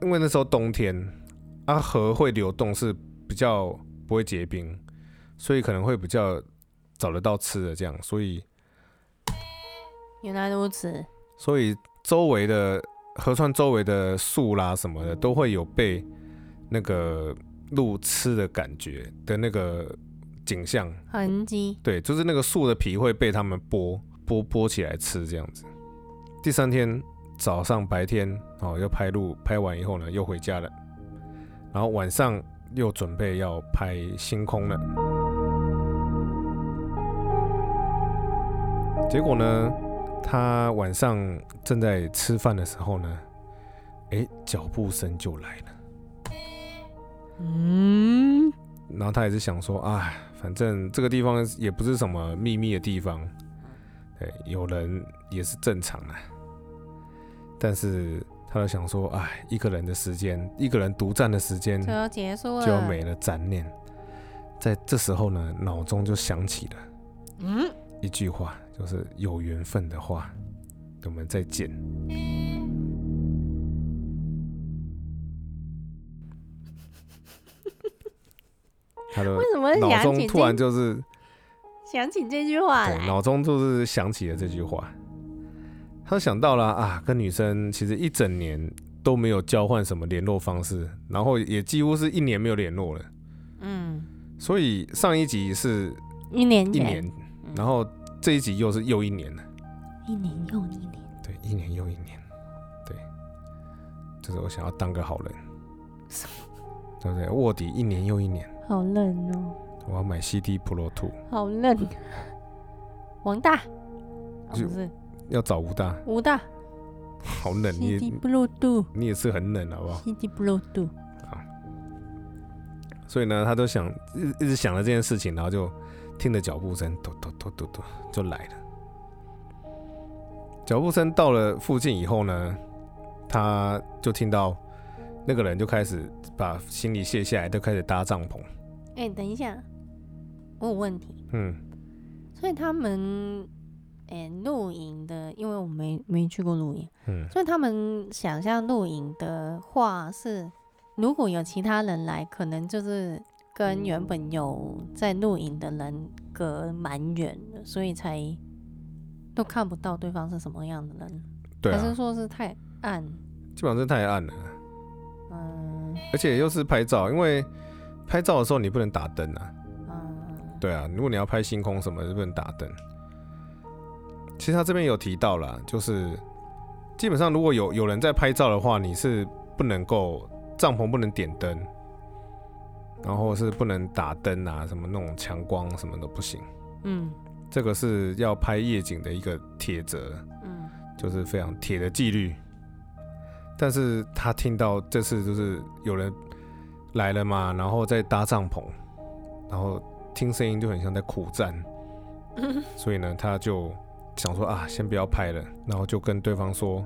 A: 因为那时候冬天，啊河会流动是比较不会结冰，所以可能会比较找得到吃的这样，所以
B: 原来如此，
A: 所以周围的河川周围的树啦什么的，都会有被那个鹿吃的感觉的那个景象。
B: 痕迹，
A: 对，就是那个树的皮会被它们剥剥剥起来吃这样子。第三天早上白天哦，又拍鹿，拍完以后呢，又回家了，然后晚上又准备要拍星空了。结果呢，他晚上正在吃饭的时候呢，诶，脚步声就来了。
B: 嗯，
A: 然后他也是想说，哎，反正这个地方也不是什么秘密的地方，对，有人也是正常的。但是他就想说，哎，一个人的时间，一个人独占的时间
B: 这要结束了，
A: 就要没了杂念。在这时候呢，脑中就想起了
B: 嗯，
A: 一句话，就是有缘分的话，我们再见。他的
B: 为什么
A: 脑
B: 想
A: 中
B: 起
A: 突然
B: 这
A: 就是
B: 想起这句话
A: 对，
B: 来？
A: 脑中就是想起了这句话，他想到了啊，跟女生其实一整年都没有交换什么联络方式，然后也几乎是一年没有联络了。
B: 嗯，
A: 所以上一集是
B: 一年
A: 一
B: 前，
A: 年，
B: 嗯
A: 然后这一集又是又一年了，
B: 一年又一年，
A: 对，一年又一年，对，就是我想要当个好人，对不对？卧底一年又一年，
B: 好冷哦，
A: 我要买 CD Pro Two，
B: 好冷。 王大，哦
A: 就
B: 不是
A: 要找吴大，
B: 吴大
A: 好冷，你
B: ，CD
A: 也
B: Blue Do，CD
A: 你也是很冷，好不好？
B: Blue Do，
A: 所以呢，他都想一直一直想着这件事情，然后就听着脚步声，咚咚咚咚咚就来了。脚步声到了附近以后呢，他就听到那个人就开始把行李卸下来，就开始搭帐篷。
B: 哎、等一下，我有问题，
A: 嗯，
B: 所以他们。哎、露营的，因为我没没去过露营，
A: 嗯
B: 所以他们想象露营的话是，如果有其他人来，可能就是跟
A: 嗯
B: 原本有在露营的人隔蛮远的，所以才都看不到对方是什么样的人，
A: 对
B: 还是
A: 啊，
B: 说是太暗？
A: 基本上是太暗了，
B: 嗯
A: 而且又是拍照，因为拍照的时候你不能打灯啊。
B: 嗯
A: 对啊，如果你要拍星空什么的，就不能打灯。其实他这边有提到啦，就是基本上如果有有人在拍照的话，你是不能够帐篷不能点灯，然后是不能打灯啊，什么那种强光什么都不行。
B: 嗯
A: 这个是要拍夜景的一个铁则，
B: 嗯，
A: 就是非常铁的纪律。但是他听到这次就是有人来了嘛，然后再搭帐篷，然后听声音就很像在苦战，
B: 嗯
A: 所以呢，他就想说啊，先不要拍了，然后就跟对方说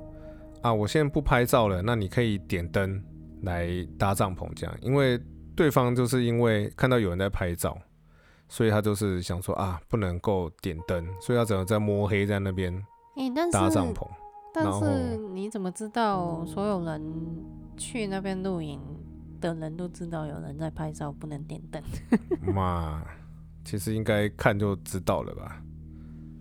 A: 啊，我现在不拍照了，那你可以点灯来搭帐篷这样，因为对方啊就是因为看到有人在拍照，所以他就是想说啊，不能够点灯，所以他只能在摸黑在那边
B: 哎、但
A: 搭帐
B: 是
A: 篷。
B: 但
A: 然后
B: 是你怎么知道所有人去那边露营的人都知道有人在拍照，不能点灯。
A: 嘛，其实应该看就知道了吧？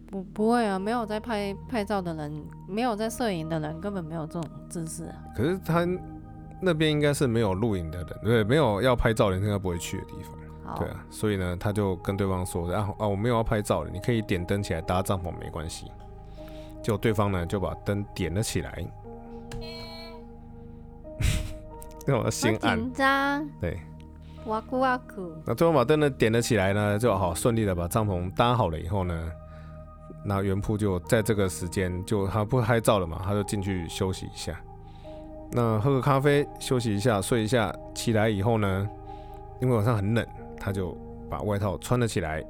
B: 不不会啊，没有在拍拍照的人，没有在摄影的人，根本没有这种知识啊。
A: 可是他那边应该是没有录影的人，对，没有要拍照的人应该不会去的地方。
B: 好，
A: 对啊，所以呢，他就跟对方说：“啊啊，我没有要拍照的，你可以点灯起来搭帐篷，没关系。”结果对方呢就把灯点了起来， 那我要
B: 好
A: 先按。
B: 紧张，
A: 对，
B: 哇酷哇酷，
A: 那对方把灯呢点了起来呢，就好顺利的把帐篷搭好了以后呢，那原铺就在这个时间就他不拍照了嘛，他就进去休息一下。那喝个咖啡休息一下，睡一下，起来以后呢，因为晚上很冷，他就把外套穿了起来，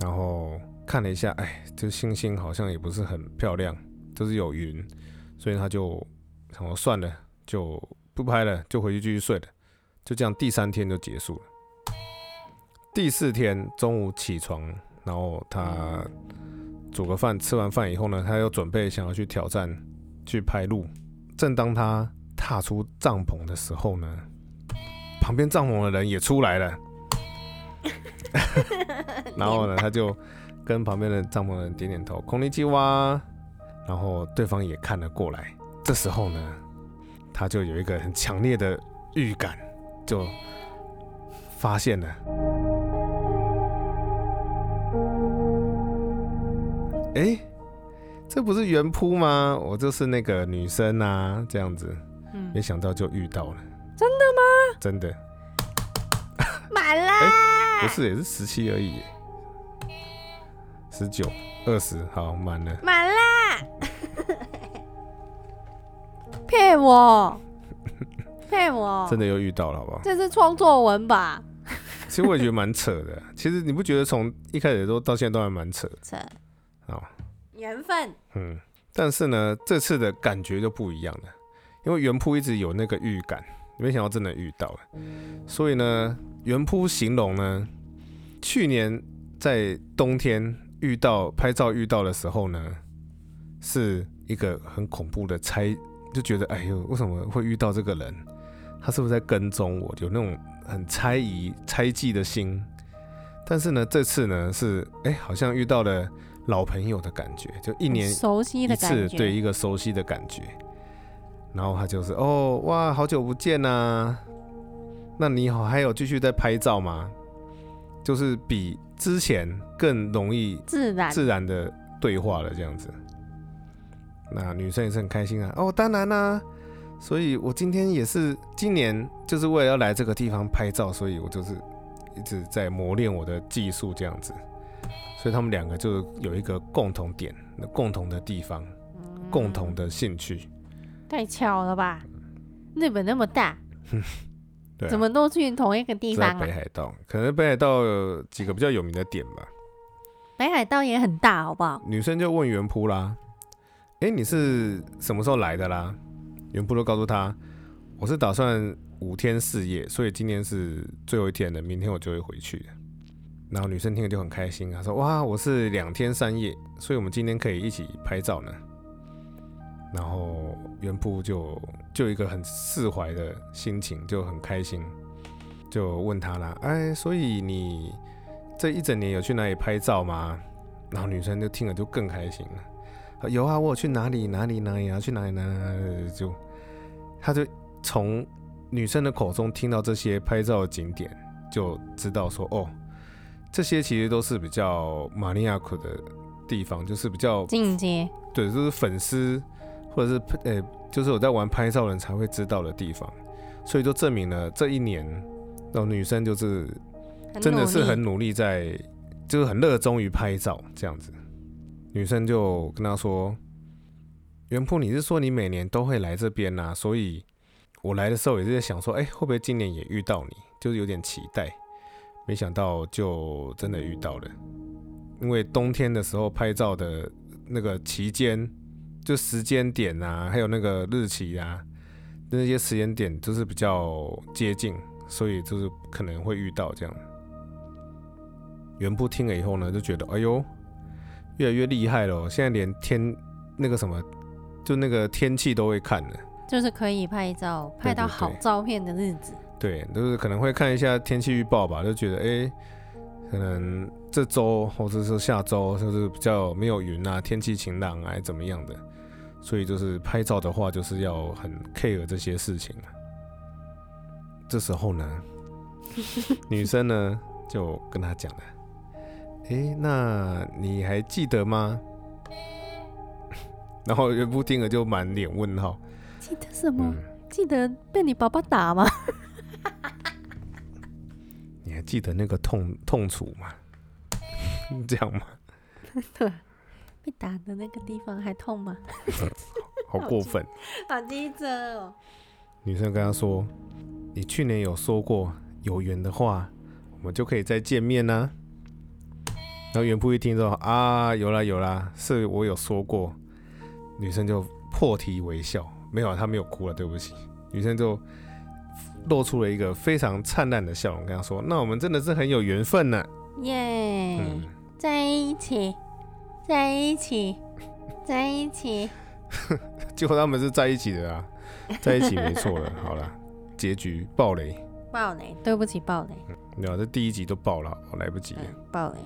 A: 然后看了一下，哎，这星星好像也不是很漂亮，就是有云，所以他就想说算了，就不拍了，就回去继续睡了。就这样，第三天就结束了。第四天中午起床，然后他煮个饭，吃完饭以后呢，他又准备想要去挑战去拍路。正当他踏出帐篷的时候呢，旁边帐篷的人也出来了， 然 后呢，他就跟旁边的帐篷的人点点头，空力基哇，然后对方也看了过来。这时候呢，他就有一个很强烈的预感，就发现了。哎、这不是原扑吗？我就是那个女生啊，这样子，
B: 嗯
A: 没，想到就遇到了。
B: 真
A: 的吗？真的，
B: 满啦，
A: 不是也是十七而已耶，十九、二十，好满了。
B: 满啦，骗 我，骗我，
A: 真的又遇到了，好不好？
B: 这是创作文吧？
A: 其实我也觉得蛮扯的。其实你不觉得从一开始都到现在都还蛮扯的？
B: 这
A: 好
B: 缘分，
A: 嗯，但是呢，这次的感觉就不一样了，因为原铺一直有那个预感，没想到真的遇到了。所以呢，原铺形容呢，去年在冬天遇到拍照遇到的时候呢，是一个很恐怖的猜，就觉得哎呦，为什么会遇到这个人？他是不是在跟踪我？有那种很猜疑、猜忌的心。但是呢，这次呢是哎，好像遇到了老朋友的感觉，就一年
B: 熟悉的
A: 一
B: 感
A: 次
B: 觉，
A: 对一个熟悉的感觉。然后他就是哦哇，好久不见呐、那你好，还有继续在拍照吗？就是比之前更容易
B: 自然
A: 自然的对话了，这样子。那女生也是很开心啊，哦，当然啦、所以我今天也是今年就是为了要来这个地方拍照，所以我就是一直在磨练我的技术这样子。所以他们两个就有一个共同点，共同的地
B: 嗯
A: 方，共同的兴趣。
B: 太巧了吧？日本那么大，
A: 对、啊，
B: 怎么都去同一个地
A: 在
B: 方
A: 北
B: 啊？
A: 海道？可能北海道有几个比较有名的点吧。
B: 北海道也很大，好不好？
A: 女生就问袁扑啦：“哎、你是什么时候来的啦？”袁扑就告诉她：“我是打算五天四夜，所以今天是最后一天了，明天我就会回去的。”然后女生听了就很开心，她啊说：“哇，我是两天三夜，所以我们今天可以一起拍照呢。”然后袁扑就就一个很释怀的心情，就很开心，就问她啦：“哎，所以你这一整年有去哪里拍照吗？”然后女生就听了就更开心了，啊有啊，我有去哪里哪里哪里啊，去哪里哪里哪里哪里就，他就从女生的口中听到这些拍照的景点，就知道说哦，这些其实都是比较马尼亚克的地方，就是比较
B: 进阶，
A: 对，就是粉丝或者是呃、就是有在玩拍照的人才会知道的地方，所以就证明了这一年，然后女生就是
B: 很
A: 真的
B: 努
A: 是
B: 力
A: 很努力在，就是很热衷于拍照这样子。女生就跟他说：“袁铺，你是说你每年都会来这边呐、所以我来的时候也是在想说，哎、会不会今年也遇到你？就是有点期待。没想到就真的遇到了，因为冬天的时候拍照的那个期间，就时间点啊，还有那个日期啊，那些时间点就是比较接近，所以就是可能会遇到这样。原部听了以后呢，就觉得哎呦，越来越厉害了哦，现在连天那个什么，就那个天气都会看了。
B: 就是可以拍照，拍到
A: 对对
B: 好照片的日子，
A: 对，就是可能会看一下天气预报吧，就觉得哎、诶可能这周或者是下周就是比较没有云啊，天气晴朗啊，还怎么样的。所以就是拍照的话，就是要很 care 这些事情啊。这时候呢，女生呢就跟他讲了：“诶，那你还记得吗？” 然后袁布丁尔就满脸问号，
B: 记得什么？
A: 嗯，
B: 记得被你爸爸打吗？
A: 你还记得那个痛痛楚吗？ 这样吗？
B: 被打的那个地方还痛吗？
A: 好过分！
B: 好记得哦。
A: 女生跟他说：“你去年有说过，有缘的话，我们就可以再见面呢、然后袁布一听说啊，有啦有啦，是我有说过。女生就破涕为笑，没有啊，她没有哭了，对不起。女生就露出了一个非常灿烂的笑容，跟他说：“那我们真的是很有缘分呢、
B: 耶、
A: 嗯，
B: 在一起，在一起，在一 起。
A: 结果他们是在一起的啊，在一起没错了。好了，结局暴雷，
B: 暴雷，对不起，暴雷，
A: 对啊，这第一集都爆了，我来不及了。
B: 嗯，暴雷。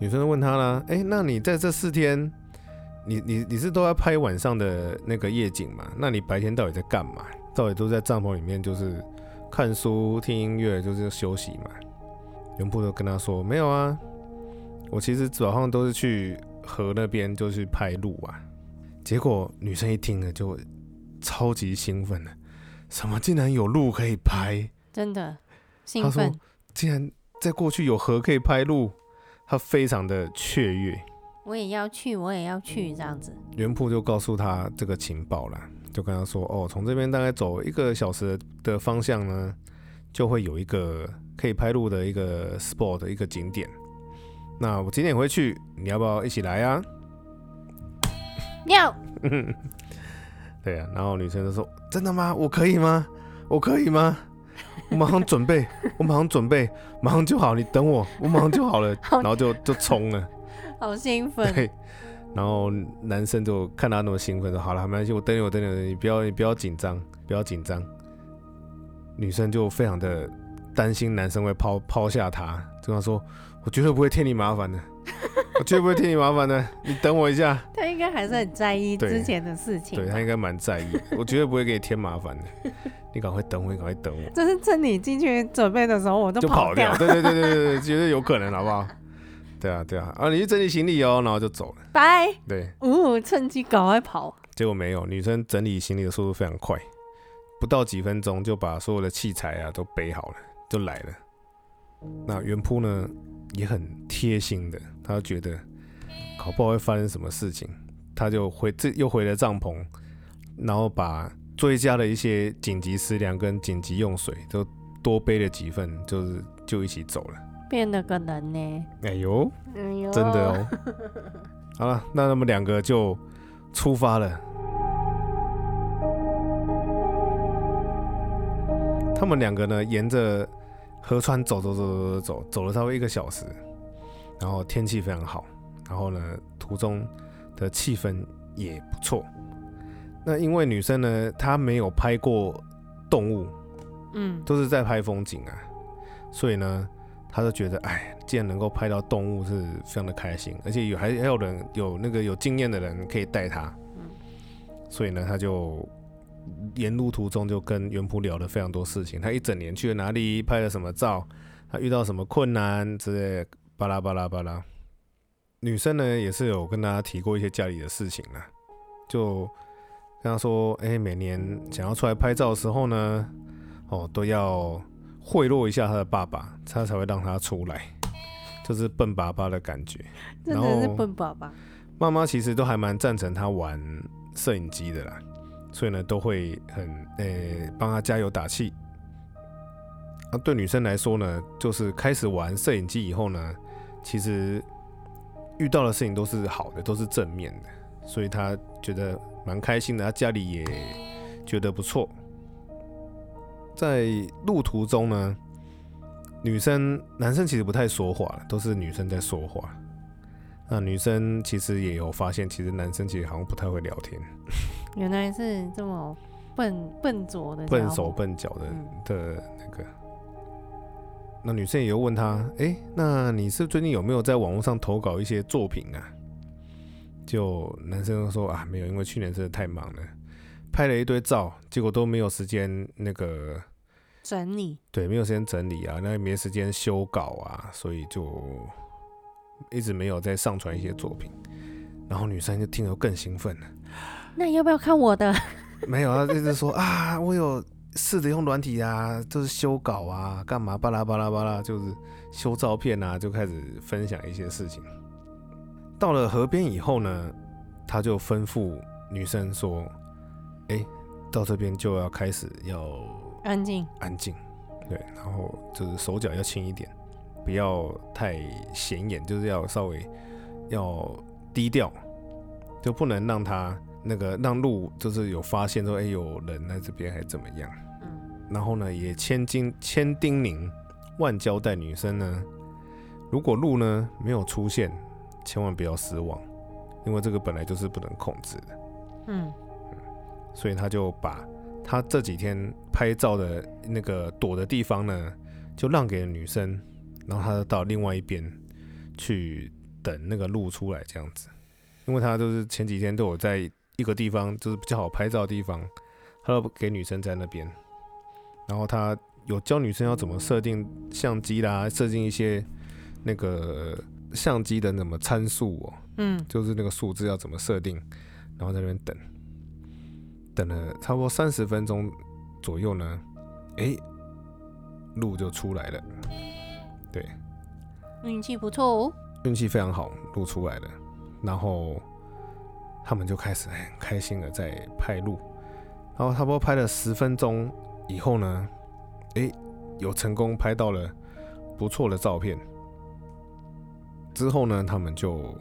A: 女生就问他啦，哎、那你在这四天，你你你是都在拍晚上的那个夜景嘛？那你白天到底在干嘛？到底都在帐篷里面就是看书、听音乐，就是休息嘛？原部就跟他说，没有啊，我其实早上都是去河那边就去拍鹿啊。结果女生一听呢，就超级兴奋了，什么竟然有鹿可以拍？
B: 真的兴奋，
A: 竟然在过去有河可以拍鹿，她非常的雀跃。
B: 我也要去，我也要去，这样子。
A: 原铺就告诉他这个情报啦，就跟他说：“哦，从这边大概走一个小时的方向呢，就会有一个可以拍路的一个 spot 的一个景点。那我今天也会去，你要不要一起来啊？”
B: 要
A: 对啊，然后女生就说：“真的吗？我可以吗？我可以吗？我马上准备，我马上准备，马上就好，你等我，我马上就好了。”
B: 好
A: 然后就就冲了。
B: 好兴 奋，
A: 对， 然后男生就看他那么兴奋，说：“好了，没关系，我等你，我等你，我等你你不要，你不要紧张，不要紧张。”女生就非常的担心男生会抛抛下她，就跟他说：“我绝对不会添你麻烦的， 我绝对不会添你麻烦的，你等我一下。
B: 他应该还是很在意
A: 对
B: 之前的事情
A: 对
B: 吧。
A: 他应该蛮在意的，我绝对不会给你添麻烦的， 你赶快等我，你赶快等我。”
B: 就是趁你进去准备的时候，我都
A: 就跑
B: 掉，
A: 对对对对对对，绝对有可能，好不好？对啊，对啊，啊，你去整理行李哦，然后就走了。
B: 拜，
A: 对，
B: 呜，趁机赶快跑，
A: 结果没有，女生整理行李的速度非常快，不到几分钟就把所有的器材啊都背好了，就来了。那原铺呢也很贴心的，他觉得搞不好会发生什么事情，他就回这又回了帐篷，然后把追加的一些紧急食粮跟紧急用水都多背了几份，就是就一起走了。
B: 变了个人呢。
A: 哎呦，
B: 哎呦，
A: 真的哦。好了，那他们两个就出发了。他们两个呢，沿着河川走走走走走走，走了差不多一个小时，然后天气非常好，然后呢，途中的气氛也不错。那因为女生呢，她没有拍过动物，
B: 嗯，
A: 都是在拍风景啊，所以呢，他就觉得，哎，既然能够拍到动物，是非常的开心，而且有还还有人有那个有经验的人可以带他，
B: 嗯
A: 所以呢，他就沿路途中就跟袁普聊了非常多事情，他一整年去了哪里，拍了什么照，他遇到什么困难之类的，巴拉巴拉巴拉。女生呢也是有跟他提过一些家里的事情啦，就跟他说，哎、每年想要出来拍照的时候呢，哦，都要贿赂一下他的爸爸，他才会让他出来，就是笨爸爸的感觉。
B: 真
A: 然
B: 的是
A: 后
B: 笨宝宝，
A: 妈妈其实都还蛮赞成他玩摄影机的啦，所以呢都会很呃帮、他加油打气。啊，对女生来说呢，就是开始玩摄影机以后呢，其实遇到的事情都是好的，都是正面的，所以她觉得蛮开心的。她家里也觉得不错。在路途中呢，女生男生其实不太说话，都是女生在说话。那女生其实也有发现，其实男生其实好像不太会聊天，
B: 原来是这么笨笨拙的
A: 笨
B: 家
A: 手
B: 伙
A: 笨脚的
B: 嗯
A: 的那个。那女生也就问他：“哎、那你是最近有没有在网络上投稿一些作品啊？”就男生就说：“啊，没有，因为去年真的太忙了，拍了一堆照，结果都没有时间那个，
B: 整理，
A: 对，没有时间整理啊，那也没时间修稿啊，所以就一直没有再上传一些作品。”然后女生就听了更兴奋了。
B: 那要不要看我的？
A: 没有，他就是说啊，我有试着用软体啊，就是修稿啊，干嘛巴拉巴拉巴拉，就是修照片啊，就开始分享一些事情。到了河边以后呢，他就吩咐女生说：“哎、到这边就要开始要
B: 安静，
A: 安静，对，然后就是手脚要轻一点，不要太显眼，就是要稍微要低调，就不能让他那个让路就是有发现说，哎、有人在这边还怎么样？
B: 嗯，
A: 然后呢，也千金千叮咛万交代女生呢，如果路呢没有出现，千万不要失望，因为这个本来就是不能控制的。
B: 嗯，
A: 所以他就把他这几天拍照的那个躲的地方呢，就让给了女生，然后他就到另外一边去等那个路出来这样子。因为他就是前几天都有在一个地方，就是比较好拍照的地方，他都给女生在那边，然后他有教女生要怎么设定相机啦，设定一些那个相机的什么参数哦、
B: 嗯，
A: 就是那个数字要怎么设定，然后在那边等，等了差不多三十分钟左右呢，诶，路就出来了，
B: 运气不错哦，
A: 运气非常好，路出来了，然后他们就开始哎很开心的在拍路，然后差不多拍了十分钟以后呢，诶，有成功拍到了不错的照片，之后呢，他们就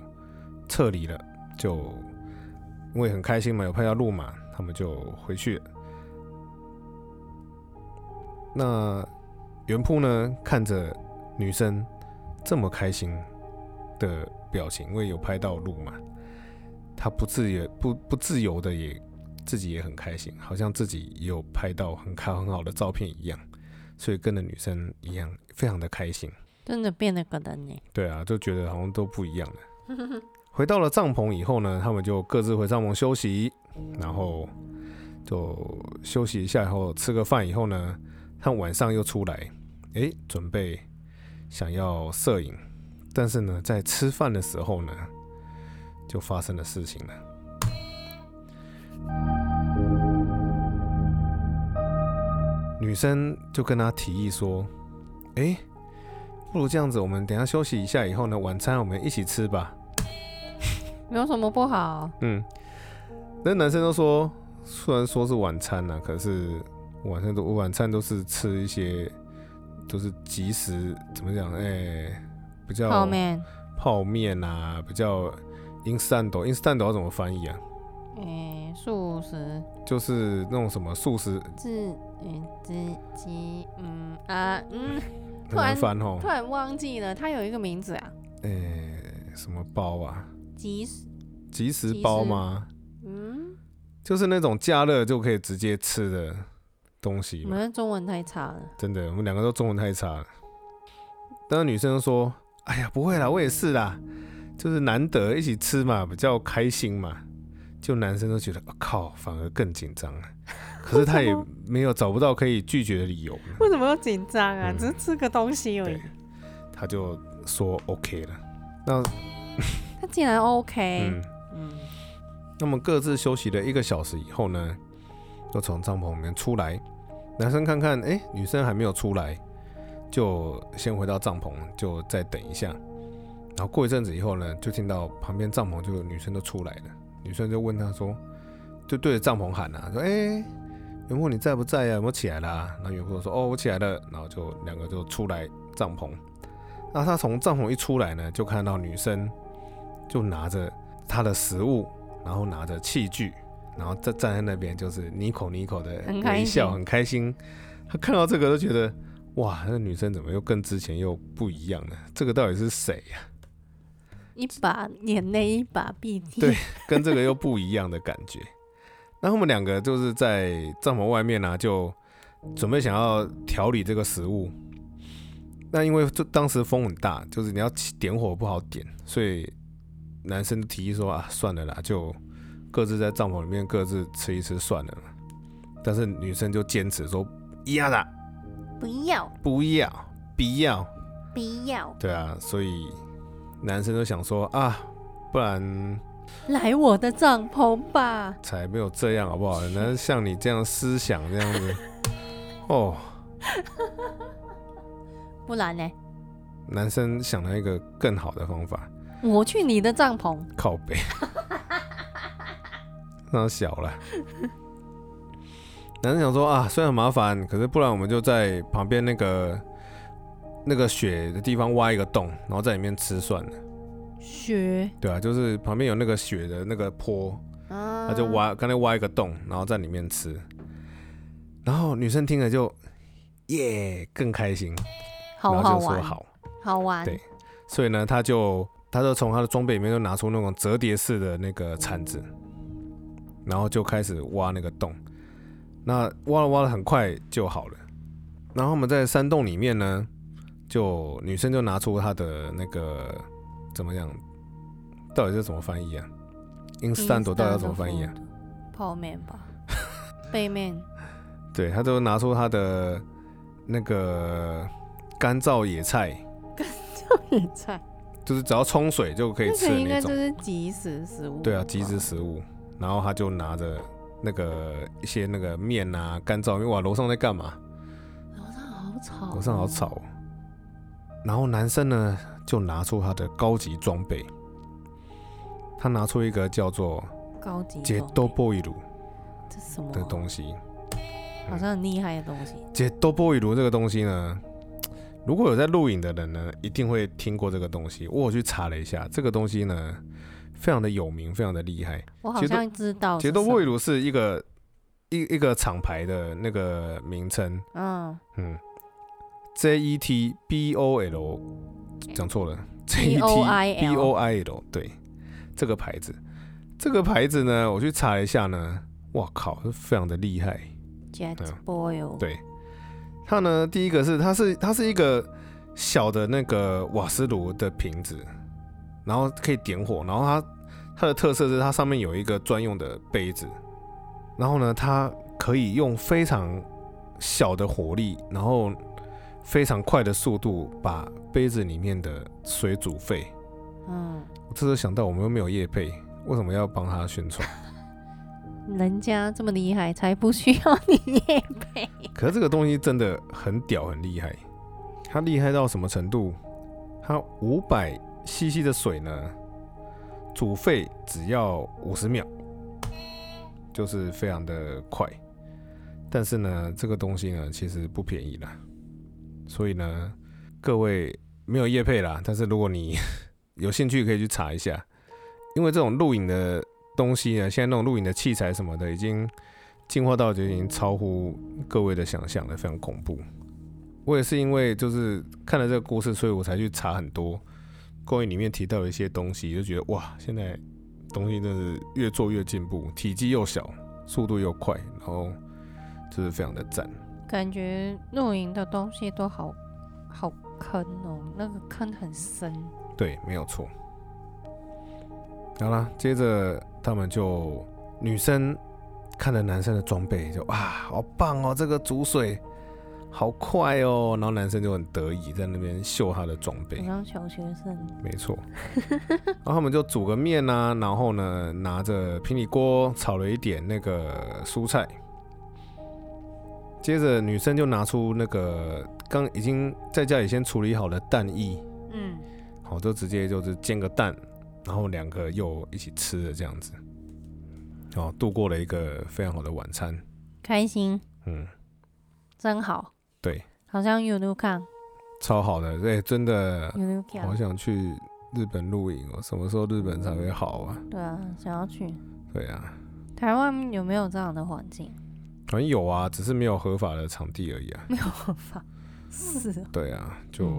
A: 撤离了，就因为很开心嘛，有拍到路嘛，他们就回去了。那袁铺呢，看着女生这么开心的表情，因为有拍到路嘛，他不自也不不自由的也自己也很开心，好像自己也有拍到很开很好的照片一样，所以跟着女生一样，非常的开心。
B: 真的变了个人呢，
A: 对啊，就觉得好像都不一样了。回到了帐篷以后呢，他们就各自回帐篷休息，然后就休息一下以后吃个饭以后呢，他们晚上又出来，诶，准备想要摄影，但是呢，在吃饭的时候呢，就发生了事情了。女生就跟他提议说：“诶。不如这样子，我们等一下休息一下以后呢，晚餐我们一起吃吧。
B: 有什么不好？
A: 嗯，那男生都说，虽然说是晚餐呢、可是晚上都晚餐都是吃一些，都是即食，怎么讲？哎、比较
B: 泡面，
A: 泡面啊，比较 instant，instant 要怎么翻译啊？
B: 诶，素食，
A: 就是那种什么素食，
B: 自，嗯，自鸡，嗯啊， 嗯，
A: 很
B: 突然
A: 难翻哦
B: 突。然忘记了，它有一个名字啊，
A: 哎、什么包啊？
B: 鸡食，
A: 即食
B: 即
A: 包
B: 食
A: 吗？
B: 嗯，
A: 就是那种加热就可以直接吃的东西
B: 我
A: 嘛。
B: 们的中文太差了，
A: 真的，我们两个都中文太差了。但是女生就说：“哎呀，不会啦，我也是啦，就是难得一起吃嘛，比较开心嘛。”就男生都觉得，啊靠，反而更紧张了。可是他也没有找不到可以拒绝的理由呢，
B: 为什么要紧张啊？
A: 嗯
B: 只是吃个东西而已
A: 对， 他就说 OK 了。那
B: 他竟然 OK，
A: 嗯，
B: 嗯，
A: 那么各自休息了一个小时以后呢，就从帐篷里面出来。男生看看，哎、女生还没有出来，就先回到帐篷，就再等一下。然后过一阵子以后呢，就听到旁边帐篷就有女生都出来了。女生就问他说，就对着帐篷喊啊，说：“哎、袁木你在不在呀、有没有起来啦、然后袁木说：“哦，我起来了。”然后就两个就出来帐篷。那他从帐篷一出来呢，就看到女生就拿着她的食物，然后拿着器具，然后站站在那边就是你口你口的
B: 很开
A: 微笑，
B: 心
A: 很开心。他看到这个都觉得，哇，那女生怎么又跟之前又不一样了？这个到底是谁啊呀、
B: 一把眼泪一把鼻涕，
A: 对跟这个又不一样的感觉。 那他们两个就是在帐篷外面呢、啊，就准备想要调理这个食物。那因为就当时风很大，就是你要起点火不好点，所以男生提议说啊，算了啦，就各自在帐篷里面各自吃一吃算了。但是女生就坚持说呀啦，
B: 不要，
A: 不要，不要。
B: 不要，
A: 对啊，所以男生就想说啊，不然
B: 来我的帐篷吧。
A: 才没有这样好不好？人家像你这样思想这样子，哦，
B: 不然呢？
A: 男生想到一个更好的方法，
B: 我去你的帐篷。
A: 靠背， 那小了。男生想说啊，虽然很麻烦，可是不然我们就在旁边那个那个雪的地方挖一个洞，然后在里面吃算了。
B: 雪
A: 对啊，就是旁边有那个雪的那个坡，
B: 啊，
A: 他就挖，刚才挖一个洞，然后在里面吃。然后女生听了就耶更开心，
B: 好
A: 然
B: 好
A: 后就说
B: 玩，
A: 好，
B: 好玩。
A: 对所以呢，她就她就从她的装备里面就拿出那种折叠式的那个铲子，然后就开始挖那个洞。那挖了挖了，很快就好了。然后我们在山洞里面呢，就女生就拿出她的那个怎么样，到底是怎么翻译啊？instant 到底要怎么翻译啊？？
B: 泡面吧， 背面
A: 对，他就拿出他的那个干燥野菜，
B: 野菜，
A: 就是只要冲水就可以
B: 那
A: 吃
B: 个
A: 的
B: 应
A: 那
B: 该就
A: 种。
B: 是即食食物。
A: 对啊，即食。食物。然后他就拿着那个一些那个面啊，干燥面。哇，楼上在干嘛？
B: 楼上好吵哦，
A: 楼上好吵哦。然后男生呢，就拿出他的高级装备，他拿出一个叫做
B: 高级
A: 杰
B: 风
A: 多波伊鲁
B: 这是什么啊？
A: 的东西。
B: 好像很厉害的东西。
A: 解多波雨炉这个东西呢，如果有在录影的人呢，一定会听过这个东西。我有去查了一下，这个东西呢，非常的有名，非常的厉害。
B: 我好
A: 杰多
B: 像知道
A: 解
B: 是
A: 多
B: 什
A: 波雨
B: 么
A: 炉哦是啊一个一一个厂牌的那个名称，
B: 嗯
A: 嗯，J E T B O L，讲错了，J E T B O I L，对，这个牌子，这个牌子呢，我去查了一下呢，哇靠，非常的厉害。
B: ，Jet 哦
A: 嗯
B: Boil，
A: 对它呢，第一个是它是它是一个小的那个瓦斯炉的瓶子，然后可以点火，然后它它的特色是它上面有一个专用的杯子，然后呢，它可以用非常小的火力，然后非常快的速度把杯子里面的水煮沸。
B: 嗯，
A: 我这时候想到我们又没有业配，为什么要帮他宣传？
B: 人家这么厉害，才不需要 你耶。
A: 可是这个东西真的很屌，很厉害。它厉害到什么程度？它五百 CC 的水呢，煮沸只要五十秒，就是非常的快。但是呢，这个东西呢，其实不便宜啦。所以呢，各位没有业配啦，但是如果你 有兴趣，可以去查一下，因为这种录影的东西呢，现在那种录影的器材什么的，已经进化到就已经超乎各位的想象了，非常恐怖。我也是因为就是看了这个故事，所以我才去查很多关于里面提到的一些东西，就觉得哇，现在东西真的是越做越进步，体积又小，速度又快，然后就是非常的赞。
B: 感觉露营的东西都好好坑哦，那个坑很深。
A: 对，没有错。好啦，接着他们就女生看了男生的装备就，啊，好棒哦，这个煮水好快哦。然后男生就很得意，在那边秀他的装备
B: 好。像小学生，
A: 没错。 然后他们就煮个面啊，然后呢拿着平底锅炒了一点那个蔬菜。接着女生就拿出那个刚已经在家里先处理好的蛋液，
B: 嗯，
A: 好，就直接就是煎个蛋，然后两个又一起吃的这样子，哦，度过了一个非常好的晚餐。
B: 开心，
A: 嗯，
B: 真好。
A: 对，
B: 好像 y u n u k a n
A: 超好的，对，真的
B: y，u n u k
A: 好
B: a
A: 想去日本露营哦。什么时候日本才会好啊？
B: 对啊，想要去
A: 对啊，
B: 台湾有没有这样的环境？
A: 好像有啊，只是没有合法的场地而已啊。
B: 没有办法，是哦嗯
A: 对啊，就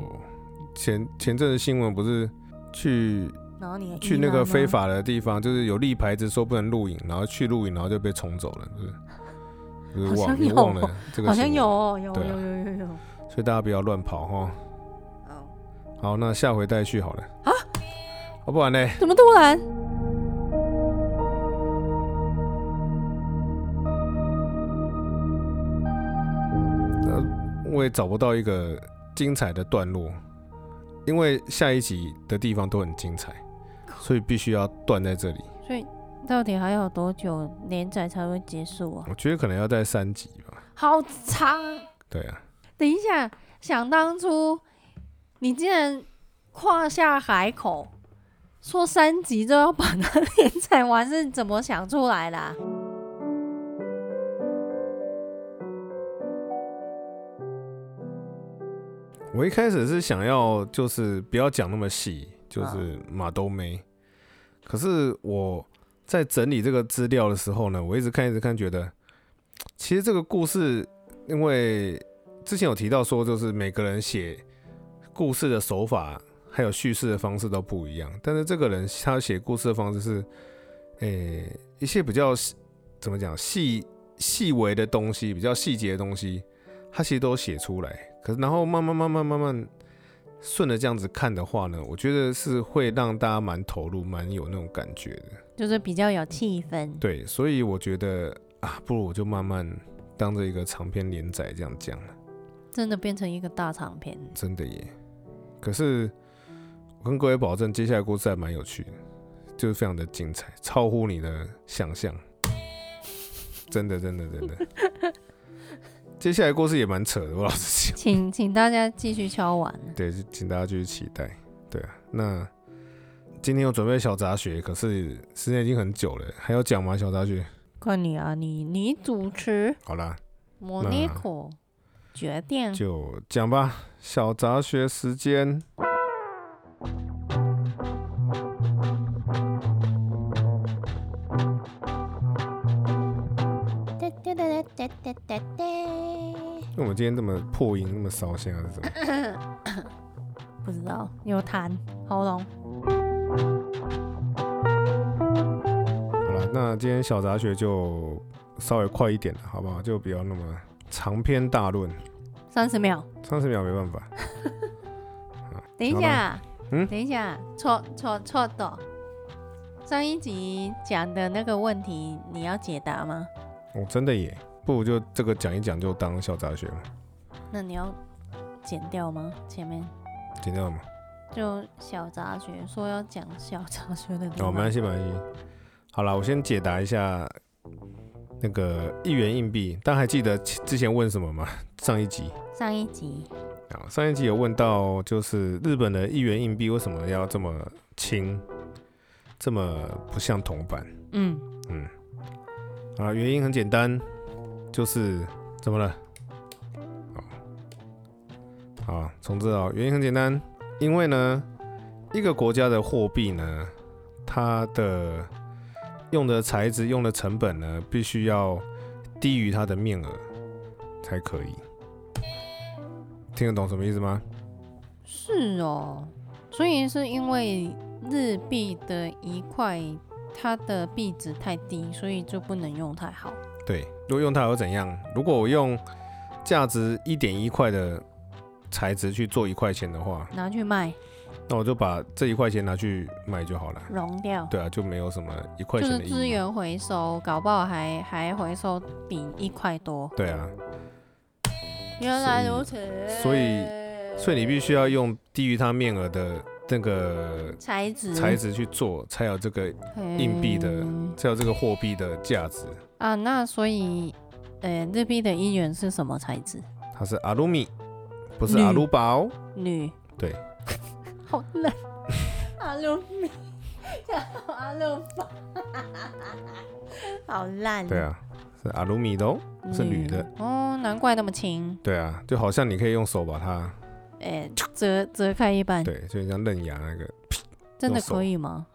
A: 前前阵的新闻不是去
B: 然后你
A: 去那个非，法的地方，就是有立牌子说不能露营，然后去露营，然后就被冲走了，是不是？就是
B: 好像
A: 忘你
B: 有
A: 忘了这个，
B: 好像有，哦有
A: 对啊
B: 有有有有，
A: 所以大家不要乱跑哈。
B: 哦，
A: 好，那下回再续好了啊，要不然呢？
B: 怎么突然？
A: 我也找不到一个精彩的段落，因为下一集的地方都很精彩，所以必须要断在这里。
B: 所以到底还有多久连载才会结束啊？
A: 我觉得可能要在三集吧。
B: 好长。
A: 对啊，
B: 等一下，想当初你竟然跨下海口，说三集就要把它连载完，是怎么想出来的啊、
A: 我一开始是想要就是不要讲那么细，就是马都没。可是我在整理这个资料的时候呢，我一直看一直看，觉得其实这个故事，因为之前有提到说，就是每个人写故事的手法还有叙事的方式都不一样，但是这个人他写故事的方式是，诶、一些比较细怎么讲细细微的东西，比较细节的东西，他其实都写出来。可是然后慢慢慢慢慢慢顺着这样子看的话呢，我觉得是会让大家蛮投入、蛮有那种感觉的。
B: 就是比较有气氛。
A: 对，所以我觉得啊，不如我就慢慢当着一个长篇连载这样讲了，
B: 真的变成一个大长篇。
A: 真的耶。可是我跟各位保证，接下来故事还蛮有趣的，就是非常的精彩，超乎你的想象，真的真的真的。接下来故事也蛮扯的，我老实讲。
B: 请请大家继续敲完。
A: 对，就请大家继续期待。对啊，那今天有准备小杂学，可是时间已经很久了，还要讲吗？小杂学，
B: 看你啊，你你主持
A: 好啦，
B: 莫尼克决定
A: 就讲吧。小杂学时间，
C: 哒哒哒哒哒哒哒。
A: 那我们今天这么破音，那么烧香啊还是怎么？
B: 不知道有痰喉咙。
A: 好啦，那今天小杂学就稍微快一点了，好不好？就不要那么长篇大论，
B: 三十秒，
A: 三十秒没办法。
B: 等一下，
A: 嗯
B: 等一下，错错错的。上一集讲的那个问题，你要解答吗？
A: 哦，真的耶，不如就这个讲一讲，就当小杂学嘛，
B: 那你要剪掉吗？前面
A: 剪掉嘛。
B: 就小杂学说要讲小杂学的地
A: 哦，
B: 方
A: 没关系，没关系。好了，我先解答一下那个一元硬币。大家还记得其之前问什么吗？ 上一集
B: 上一集
A: 啊，上一集有问到，就是日本的一元硬币为什么要这么轻，这么不像铜板
B: 嗯，
A: 啊？原因很简单，就是怎么了？好，好，从这哦，原因很简单，因为呢，一个国家的货币呢，它的用的材质、用的成本呢，必须要低于它的面额才可以。听得懂什么意思吗？
B: 是哦，所以是因为日币的一块它的币值太低，所以就不能用太好。
A: 对，如果用它会怎样？如果我用价值一点一块的材质去做一块钱的话，
B: 拿去卖，
A: 那我就把这一块钱拿去卖就好了。
B: 融掉，
A: 对啊，就没有什么一块
B: 就
A: 钱
B: 是
A: 的意义。
B: 资源回收，搞不好还还回收比一块多。
A: 对啊，
B: 原来如此，
A: 所以所以你必须要用低于它面额的那个
B: 材质
A: 材质去做，才有这个硬币的
B: 嗯
A: 才有这个货币的价值。
B: 啊，那所以呃，日币的一元是什么材质？
A: 它是阿鲁米，不是
B: 铝
A: 阿鲁巴哦。
B: 铝。
A: 对，
B: 好冷，阿鲁米，阿鲁巴，好烂。嗯
A: 对，啊，是阿鲁米的哦。是铝的。
B: 哦，难怪那么轻，
A: 对啊，就好像你可以用手把它，
B: 哎，折折开一半，
A: 对，就像刃牙那个，
B: 真的
A: 用手
B: 可以吗？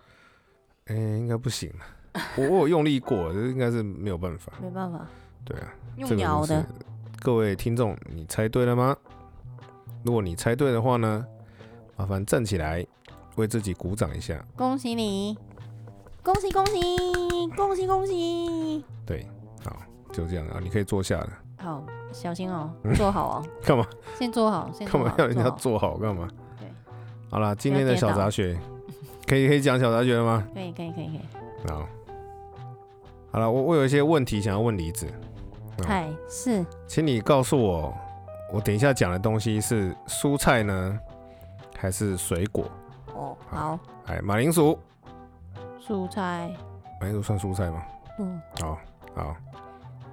A: 哎、应该不行。啊我我有用力过，这应该是没有办法。
B: 没办法，
A: 对啊，这
B: 用
A: 个
B: 咬
A: 就是
B: 的。
A: 各位听众，你猜对了吗？如果你猜对的话呢，麻烦站起来，为自己鼓掌一下。
B: 恭喜你，恭喜恭喜恭喜恭喜！
A: 对，好，就这样啊，你可以坐下了。
B: 好，小心哦，坐好哦，
A: 干嘛？
B: 先坐好，先
A: 干
B: 坐
A: 嘛
B: 好，
A: 要人家
B: 好
A: 做好干嘛？
B: 对，
A: 好啦，今天的小杂学，可以可以讲小杂学了吗？
B: 可以可以可以可以。
A: 好，好了，我我有一些问题想要问梨子，好
B: 嗨，是
A: 请你告诉我，我等一下讲的东西是蔬菜呢，还是水果？
B: 哦，
A: 好
B: 好，
A: 哎，马铃薯，
B: 蔬菜，
A: 马铃薯算蔬菜吗？
B: 嗯，
A: 好，好，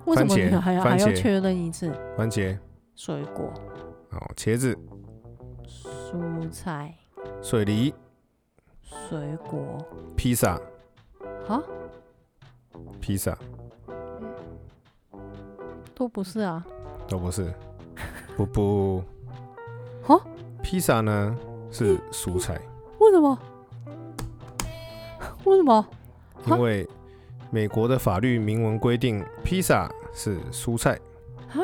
B: 为什么
A: 番
B: 你
A: 茄
B: 还要
A: 番
B: 还要
A: 茄
B: 确认一次？
A: 番茄，
B: 水果、
A: 好，茄子，
B: 蔬菜、
A: 水梨，
B: 水果，
A: 披萨，
B: 啊，
A: 披萨
B: 都不是啊。
A: 都不是，不不，
B: 哦，
A: 披萨呢是蔬菜，
B: 为什么？ 为什么？哦
A: 因为美国的法律明文规定，披萨是蔬菜。
B: 啊，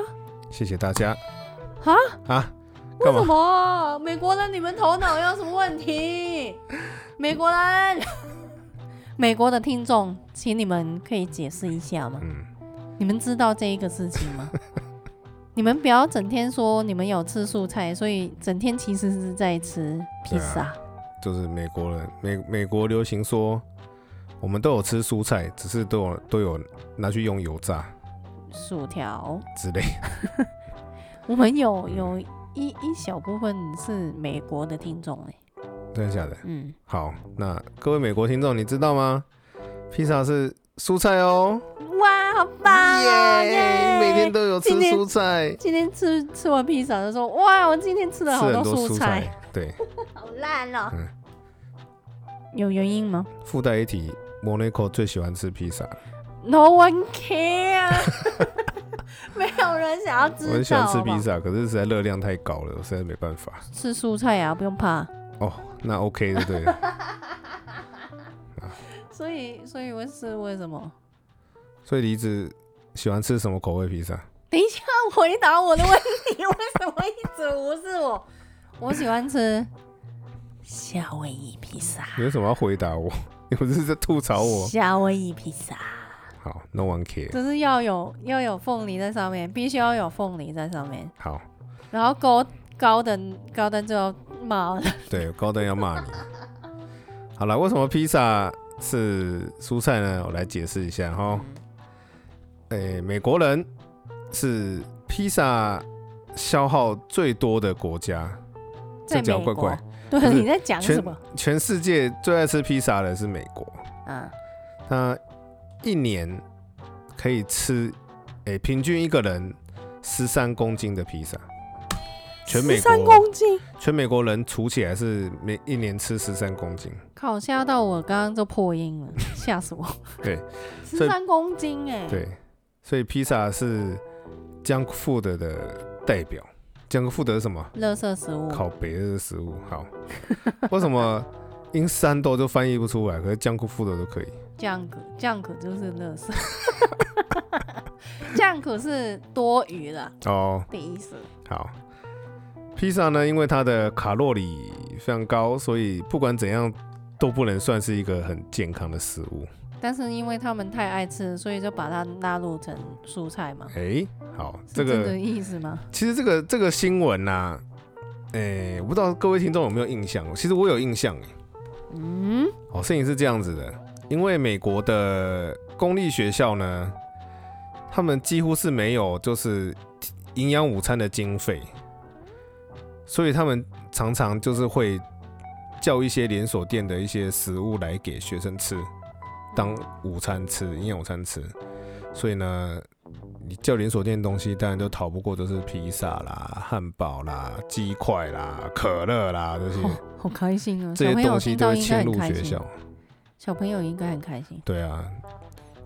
A: 谢谢大家。
B: 啊
A: 啊，
B: 为
A: 干
B: 什
A: 嘛？
B: 么？美国人，你们头脑有什么问题？美国人， 美国的听众，请你们可以解释一下吗？
A: 嗯，
B: 你们知道这一个事 情吗？你们不要整天说你们有吃素菜，所以整天其实是在
A: 啊
B: 吃披萨。
A: 就是美国人，美美国流行说，我们都有吃蔬菜，只是都有都有拿去用油炸
B: 薯条，
A: 之类。
B: 我们有
A: 嗯
B: 有一一小部分是美国的听众哎、
A: 真的假的？
B: 嗯，
A: 好，那各位美国听众，你知道吗？披萨是蔬菜哦，
B: 哇，好棒哦！耶！
A: 每天都有吃
B: 今天
A: 蔬菜，
B: 今天吃吃完披萨的时候，哇，我今天吃了
A: 吃
B: 好
A: 很多
B: 蔬
A: 蔬菜，对。
B: 好烂哦
A: 嗯
B: 有原因吗
A: 附带一提，Monaco 最喜欢吃披萨，
B: ？No one care，没有人想要知道。
A: 我很喜欢吃
B: 好不好
A: 披，萨，可是实在热量太高了，我实在没办法。
B: 吃蔬菜啊，不用怕。
A: 哦，那 OK 的，对了，
B: 所以，所以我是为什么？
A: 所以梨子喜欢吃什么口味披萨？
B: 等一下回答我的问题，为什么一直无视我？我喜欢吃夏威夷披萨，
A: 你为什么要回答我？ 你不是在吐槽我？
B: 夏威夷披萨。
A: 好，No one care。
B: 就是要有要有凤梨在上面，必须要有凤梨在上面，
A: 好，
B: 然后高高登高登就要骂了，
A: 对，高登要骂你。 好了，为什么披萨是蔬菜呢？我来解释一下 哈。诶、美国人是披萨消耗最多的国家，这
B: 在
A: 讲
B: 美
A: 怪
B: 国，
A: 怪。不
B: 对，
A: 是
B: 你在讲什么？
A: 全世界最爱吃披萨的是美国，
B: 啊，
A: 他一年可以吃，诶、平均一个人十三公斤的披萨，全美
B: 三
A: 国
B: 公斤，
A: 全美国人除起来是每一年吃十三公斤，
B: 靠，吓到我刚刚就破音了，吓死我。
A: 对，
B: 十三公斤哎、
A: 对，所以披萨是江富德的代表。江富德是什么？
B: 垃圾食物，
A: 烤别的食物。好，为什么英三豆就翻译不出来，可是江富德就可以？
B: 酱可酱可就是 垃圾，酱可是多余的
A: 哦，
B: 的意思。
A: 好，披萨呢，因为它的卡路里非常高，所以不管怎样都不能算是一个很健康的食物。
B: 但是因为他们太爱吃，所以就把它纳入成蔬菜嘛，
A: 哎、好，这
B: 是这
A: 个
B: 个意思吗？
A: 其实这个这个新闻呐、哎、我不知道各位听众有没有印象？其实我有印象哎。
B: 嗯，
A: 哦，事情是这样子的，因为美国的公立学校呢，他们几乎是没有就是营养午餐的经费，所以他们常常就是会叫一些连锁店的一些食物来给学生吃，当午餐吃，营养午餐吃。所以呢，你叫连锁店的东西，当然都逃不过就是披萨啦、汉堡啦、鸡块啦、可乐啦这些
B: 好、好开心啊！
A: 这
B: 哦
A: 些
B: 小朋
A: 东
B: 友
A: 西
B: 听
A: 都
B: 到
A: 会
B: 应该
A: 迁
B: 很
A: 入
B: 开
A: 学
B: 心
A: 校。，
B: 小朋友应该很开心。
A: 对啊，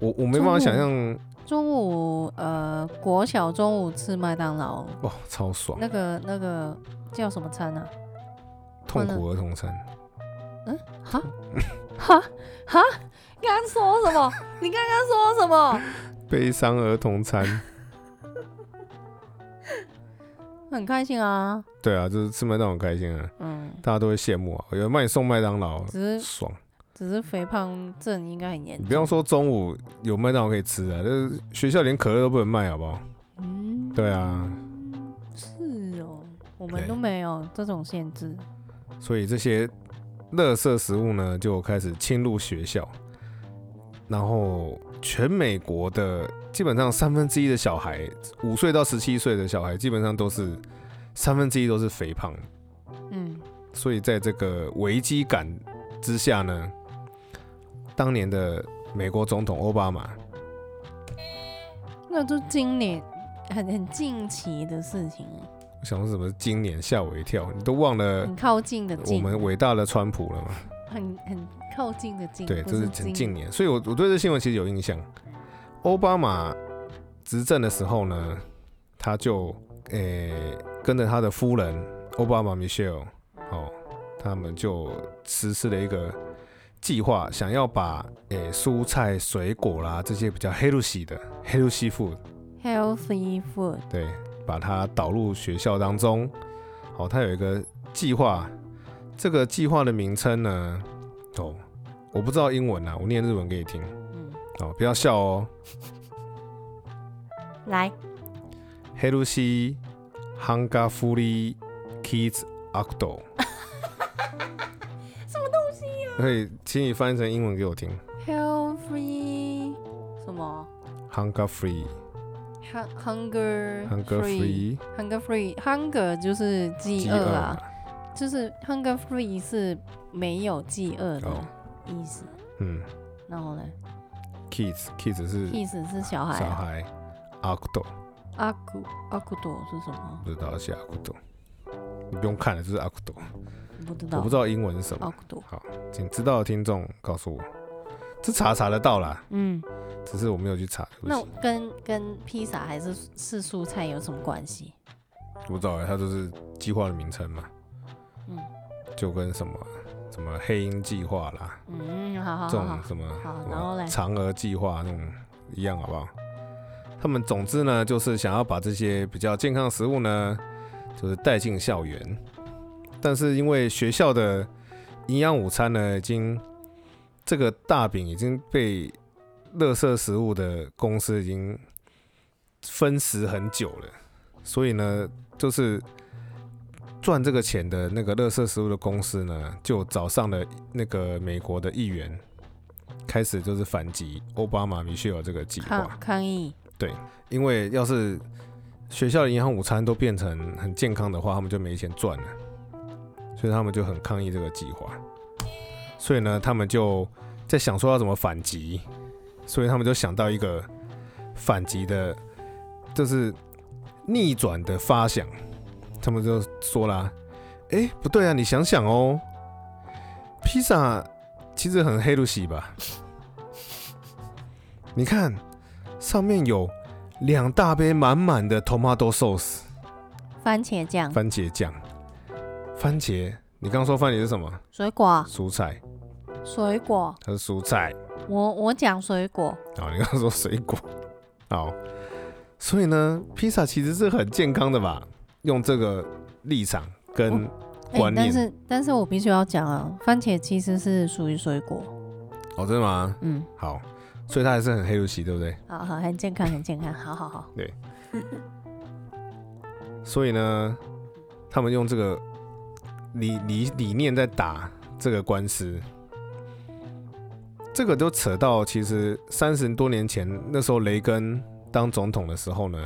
A: 我我没办法
B: 中午
A: 想象，
B: 中午呃，国小中午吃麦当劳，
A: 哇，哦超爽！
B: 那个那个叫什么餐啊？
A: 痛苦儿童餐，
B: 哈哈哈！你刚刚说什么？你刚刚说什么？
A: 悲伤儿童餐，
B: 很开心啊，
A: 对啊，就是吃麦当劳很开心啊，
B: 嗯，
A: 大家都会羡慕啊。有人帮你送麦当劳，
B: 只是
A: 爽。
B: 只是肥胖症应该很严
A: 你
B: 重。
A: 不用，说中午有麦当劳可以吃啊，就是学校连可乐都不能卖，好不好？
B: 嗯，
A: 对啊，
B: 是哦，我们
A: 对
B: 都没有这种限制。
A: 所以这些垃圾食物呢，就开始侵入学校，然后全美国的基本上三分之一的小孩，五岁到十七岁的小孩，基本上都是三分之一都是肥胖的。
B: 嗯，
A: 所以在这个危机感之下呢，当年的美国总统奥巴马，
B: 那就今年很很近期的事情，
A: 我想说什么？今年吓我一跳，你都忘了
B: 很靠近的
A: 我
B: 嗯近，
A: 们伟大的川普了吗？
B: 很很靠近的近，
A: 对，
B: 不
A: 这是
B: 近
A: 很近年，所以我我对这新闻其实有印象。奥巴马执政的时候呢，他就诶、跟着他的夫人奥巴马 Michelle 哦，他们就实施了一个计划，想要把诶、蔬菜、水果啦这些比较 healthy 的 healthy food
B: healthy food，
A: 对，把它导入学校当中。好，它有一个计划，这个计划的名称呢，哦，我不知道英文啊，我念日文给你听。
B: 嗯，
A: 哦，不要笑哦。
B: 来，
A: ヘルシーハンガーフリーキッズアクト。
B: 什么东西
A: 所以，请你翻译成英文给我听。
B: ？healthy 什么
A: Hunger free,
B: Hun-？hunger
A: hunger
B: free
A: free，
B: hunger free hunger 就是饥
A: 饥
B: 饿
A: 饿
B: 啊
A: 啊，，
B: 就是 hunger free 是没有饥饿的
A: 哦
B: 意思。
A: 嗯
B: 然后呢
A: ，kids kids 是
B: 意思是小孩
A: 小
B: 啊，
A: 孩，阿古斗
B: 阿古阿古朵是什么？
A: 不知道是阿古斗，你不用看了，就是阿古斗。
B: 不知
A: 我
B: 道哦
A: 不，知道英文是什么
B: 阿，古朵。
A: 请知道的听众告诉我。这查查得到啦，
B: 嗯，
A: 只是我没有去查，对不
B: 那
A: 起，
B: 跟跟披萨还是是蔬菜有什么关系？
A: 我不知道，它就是计划的名称嘛，
B: 嗯
A: 就跟什么什么黑鹰计划啦，
B: 嗯，好好
A: 这
B: 好
A: 种
B: 好，
A: 什么
B: 好
A: 什
B: 然后
A: 么
B: 嘞
A: 嫦娥计划那种一样，好不好？他们总之呢，就是想要把这些比较健康的食物呢，就是带进校园。但是因为学校的营养午餐呢，已经这个大饼已经被垃圾食物的公司已经分食很久了，所以呢，就是赚这个钱的那个垃圾食物的公司呢，就找上了那个美国的议员，开始就是反击奥巴马米歇尔这个计划
B: 抗。抗议，
A: 因为要是学校的营养午餐都变成很健康的话，他们就没钱赚了，所以他们就很抗议这个计划。所以呢，他们就在想说要怎么反击，所以他们就想到一个反击的，就是逆转的发想。他们就说啦：“哎、不对啊，你想想哦，披萨其实很黑路西吧？你看上面有两大杯满满的 tomato sauce
B: 番茄酱、
A: 番茄酱，番茄，你刚说番茄是什么？
B: 水果、
A: 蔬菜，
B: 水果，
A: 它是蔬菜。
B: 我我讲水果，
A: 好，你刚说水果，好，所以呢，披萨其实是很健康的吧？用这个立场跟
B: 哎
A: 观念
B: 但是但是我必须要讲啊，番茄其实是属于水果，
A: 哦，真的吗？
B: 嗯，
A: 好，所以它还是很黑路西，对不对？
B: 好好，很健康，很健康，好好好，
A: 所以呢，他们用这个理理理念在打这个官司，这个都扯到其实三十多年前，那时候雷根当总统的时候呢，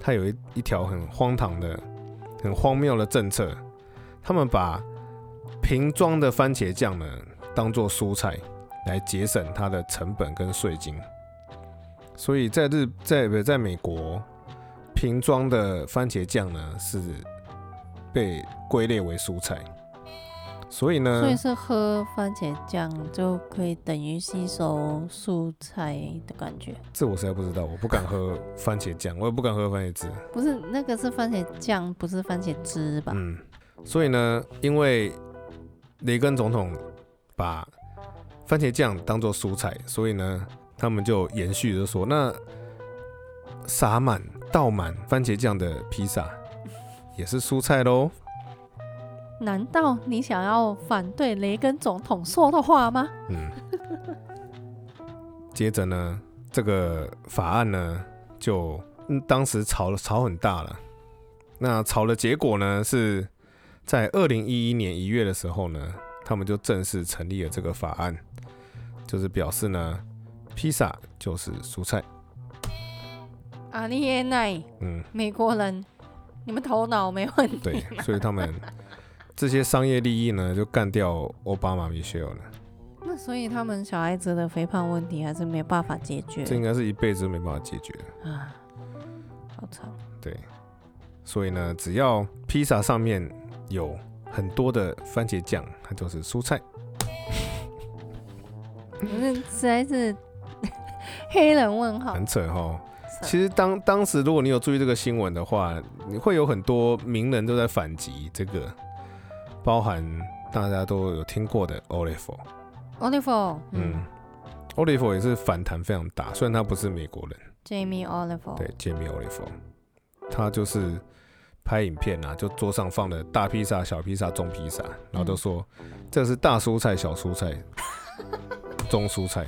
A: 他有一一条很荒唐的、很荒谬的政策，他们把瓶装的番茄酱呢当做蔬菜来节省它的成本跟税金，所以在日在不在美国瓶装的番茄酱呢是被归类为蔬菜，所以呢，
B: 所以是喝番茄酱就可以等于吸收蔬菜的感觉，
A: 这我实在不知道，我不敢喝番茄酱，我也不敢喝番茄汁。
B: 不是那个是番茄酱，不是番茄汁吧？
A: 嗯，所以呢，因为雷根总统把番茄酱当做蔬菜，所以呢，他们就延续着说，那撒满倒满番茄酱的披萨也是蔬菜喽。
B: 难道你想要反对雷根总统说的话吗？
A: 嗯，接着呢，这个法案呢，就、嗯、当时吵了吵很大了。那吵的结果呢，是在二零一一年一月的时候呢，他们就正式成立了这个法案，就是表示呢，披萨就是蔬菜。
B: 阿利耶啊奈，
A: 嗯，
B: 美国人，你们头脑没问题。
A: 对，所以他们这些商业利益呢，就干掉奥巴马、米歇尔了。
B: 那所以他们小孩子的肥胖问题还是没办法解决
A: 这应该是一辈子没办法解决的。
B: 啊，好惨。
A: 对，所以呢，只要披萨上面有很多的番茄酱，它就是蔬菜。
B: 不是，实在是 黑人问号。
A: 很扯哈。嗯其实当当时如果你有注意这个新闻的话，你会有很多名人都在反击这个，包含大家都有听过的 Olifo，
B: Oliver，
A: 嗯
B: 嗯
A: ，Olifo 也是反弹非常大，虽然他不是美国人，
B: ，Jamie Oliver，
A: 对，Jamie Olifo，他就是拍影片啊，就桌上放了大披萨、小披萨、中披萨，然
B: 嗯
A: 后都说、这是大蔬菜、小蔬菜、 中蔬菜，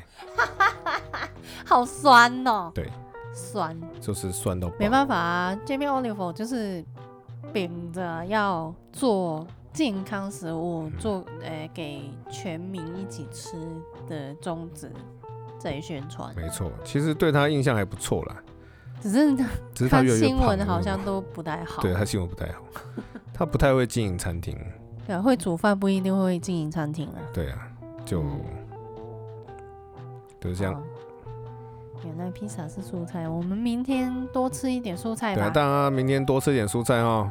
B: 好酸哦。
A: 对，
B: 酸，
A: 就是酸到爆
B: 没办法啊。Jamie Oliver 就是秉着要做健康食物，
A: 嗯
B: 做呃给全民一起吃的宗旨在宣传，
A: 没错，其实对他印象还不错啦，
B: 只是
A: 只是他
B: 看
A: 越来越
B: 新
A: 胖
B: 闻
A: 了
B: 好像都不太好。
A: 对他新闻不太 好，他不太会经营餐厅。
B: 对，啊会煮饭不一定会经营餐厅啊。
A: 对啊，就
B: 嗯
A: 就是这样。
B: 哦。原来披萨是蔬菜，我们明天多吃一点蔬菜
A: 对啊，
B: 吧。
A: 大家明天多吃点蔬菜哦。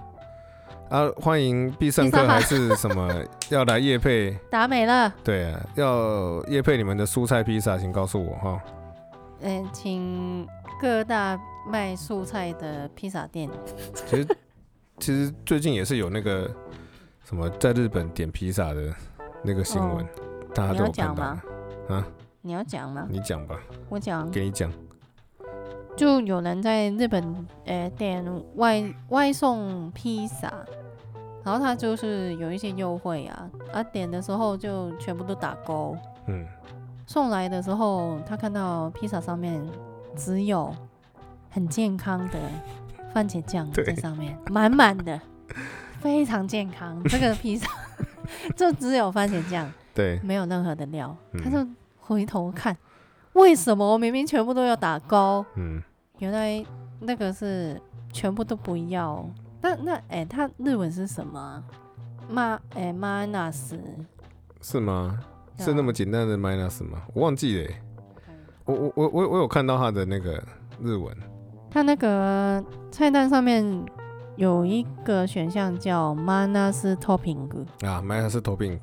A: 啊，欢迎必胜
B: 必
A: 客
B: 胜客
A: 还是什 么要来夜配？
B: 达美乐，
A: 对啊，要夜配你们的蔬菜披萨，请告诉我哈。
B: 嗯、请各大卖蔬菜的披萨店，
A: 其实其实最近也是有那个什么在日本点披萨的那个新闻，大家
B: 哦
A: 都
B: 你要
A: 有看
B: 讲
A: 到
B: 吗嗯
A: 了。？
B: 你要讲吗？
A: 你讲吧，
B: 我讲，
A: 嗯给你讲。
B: 就有人在日本呃点外外送披萨，然后他就是有一些优惠啊，啊点的时候就全部都打勾，
A: 嗯，
B: 送来的时候，他看到披萨上面只有很健康的番茄酱
A: 对
B: 在上面，满满的，非常健康。这个披萨 就只有番茄酱，
A: 对，
B: 没有任何的料。
A: 嗯
B: 他就回头看，为什么我明明全部都要打勾？
A: 嗯，
B: 原来那个是全部都不要。那那哎、他日文是什么啊？妈哎妈那斯
A: 是吗？
B: 啊
A: 是那么简单的 minus 吗？我忘记了欸、
B: 嗯
A: 我我我我我有看到他的那个日文，
B: 它那个菜单上面有一个选项叫 manas topping，topping
A: 啊，minus 是头病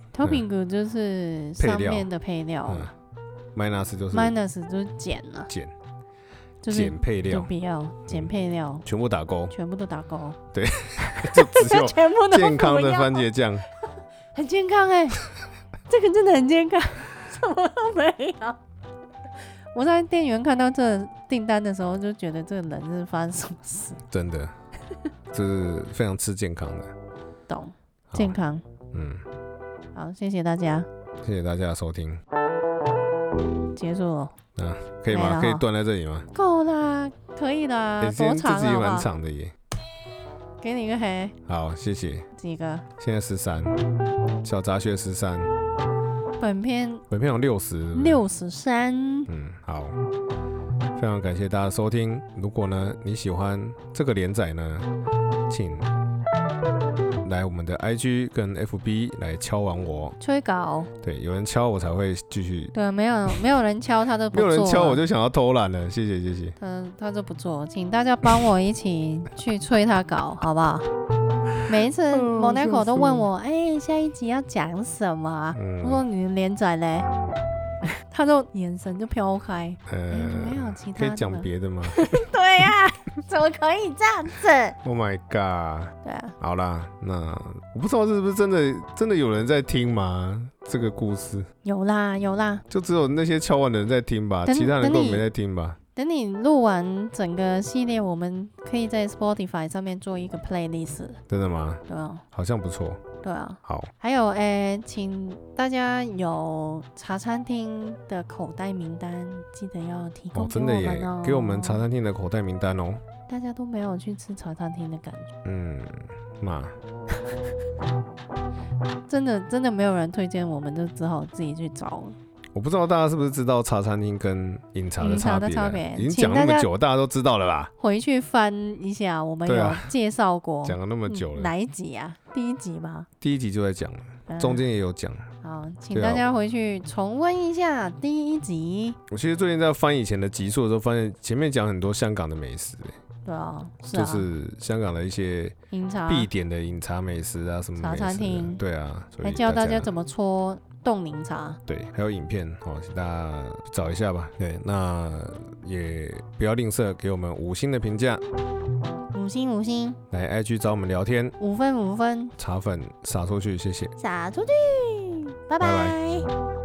B: 就是
A: 嗯配料
B: 上面的配料
A: 嗯，minus 就是
B: ，minus 就是减了、啊，
A: 减
B: 就是
A: 减配
B: 就
A: 料，嗯
B: 不要减配料，
A: 全部打勾，
B: 全部都打勾，
A: 就 只 有
B: 全部都
A: 健康的
B: 不要
A: 番茄酱。
B: 很健康哎、这个真的很健康，什么都没有。我在店员看到这订单的时候，就觉得这个人是发生什么事，
A: 真的，这是非常吃健康的。
B: 懂
A: 好
B: 健，康。
A: 嗯，
B: 好，谢谢大家，
A: 谢谢大家的收听，
B: 结束了
A: 可以
B: 没了
A: 吗？
B: 哈
A: 可以断在这里吗？
B: 够啦，可以啦，
A: 诶今
B: 多
A: 天这
B: 长啊
A: 集
B: 好不
A: 蛮
B: 好？
A: 长的耶。
B: 给你一个黑，
A: 好，谢谢。
B: 几个？
A: 现在十三，小杂学十三，
B: 本片
A: 本片有六十，
B: 六十三，
A: 嗯，好，非常感谢大家收听。如果呢你喜欢这个连载呢，请来我们的 IG 跟 FB 来敲完我。
B: 催稿，
A: 对，有人敲我才会继续，
B: 对，没有没有人敲他都不
A: 没
B: 做，
A: 有人敲我就想要偷懒了。谢谢谢谢，
B: 他他都不做，请大家帮我一起去催他稿，好不好？每一次
A: 哦
B: Monaco 都问我，哎、下一集要讲什么啊？我说
A: 嗯，
B: 你的连载嘞， 他就眼神就飘开，哎、没有
A: 呃，
B: 其他
A: 可
B: 的
A: 以讲
B: 了
A: 别的吗
B: 对呀、 怎么可以这样子？
A: ？Oh my god！
B: 对啊，
A: 好啦，那我不知道是不是真的真的有人在听吗？这个故事
B: 有啦有啦，
A: 就只有那些敲完的人在听吧，
B: 等
A: 其他人根
B: 等
A: 本
B: 你
A: 没在听吧？
B: 等你录完整个系列，我们可以在 Spotify 上面做一个 playlist，
A: 真的吗？
B: 对吧？
A: 好像不错。
B: 对啊，
A: 好，
B: 还有诶，请大家有茶餐厅的口袋名单，记得要提
A: 哦
B: 供，给
A: 真
B: 我
A: 的耶
B: 们哦，，
A: 给我们茶餐厅的口袋名单哦。
B: 大家都没有去吃茶餐厅的感觉，
A: 嗯，嘛，
B: 真的真的没有人推荐，我们就只好自己去找了。
A: 我不知道大家是不是知道茶餐厅跟饮茶的
B: 饮茶
A: 差
B: 的
A: 别
B: 差
A: 了，
B: 别
A: 已经
B: 请
A: 讲那
B: 大
A: 么
B: 家
A: 久，大家都知道了吧？
B: 回去翻一下，我们
A: 对
B: 有
A: 啊
B: 介绍过、
A: 讲了那么
B: 嗯
A: 久了，
B: 哪一集啊？第一集吧。
A: 第一集就在讲了，
B: 嗯
A: 中间也有讲。
B: 好，请
A: 对啊
B: 大家回去重温一下第一集，
A: 我其实最近在翻以前的集数的时候，发现前面讲很多香港的美食、
B: 对啊，是
A: 就
B: 啊，
A: 是香港的一些
B: 饮茶，
A: 必点的饮茶美食啊，什么
B: 啊茶
A: 美食啊
B: 餐厅
A: 对啊，所以
B: 还教大家怎
A: 么
B: 么搓冻柠茶。
A: 对，还有影片哦，请大家找一下吧。对，那也不要吝啬给我们五星的评价，
B: 五星五星，
A: 来 IG 找我们聊天，
B: 五分五分，
A: 茶粉撒出去，谢谢。
C: 撒出去，拜
A: 拜
C: 拜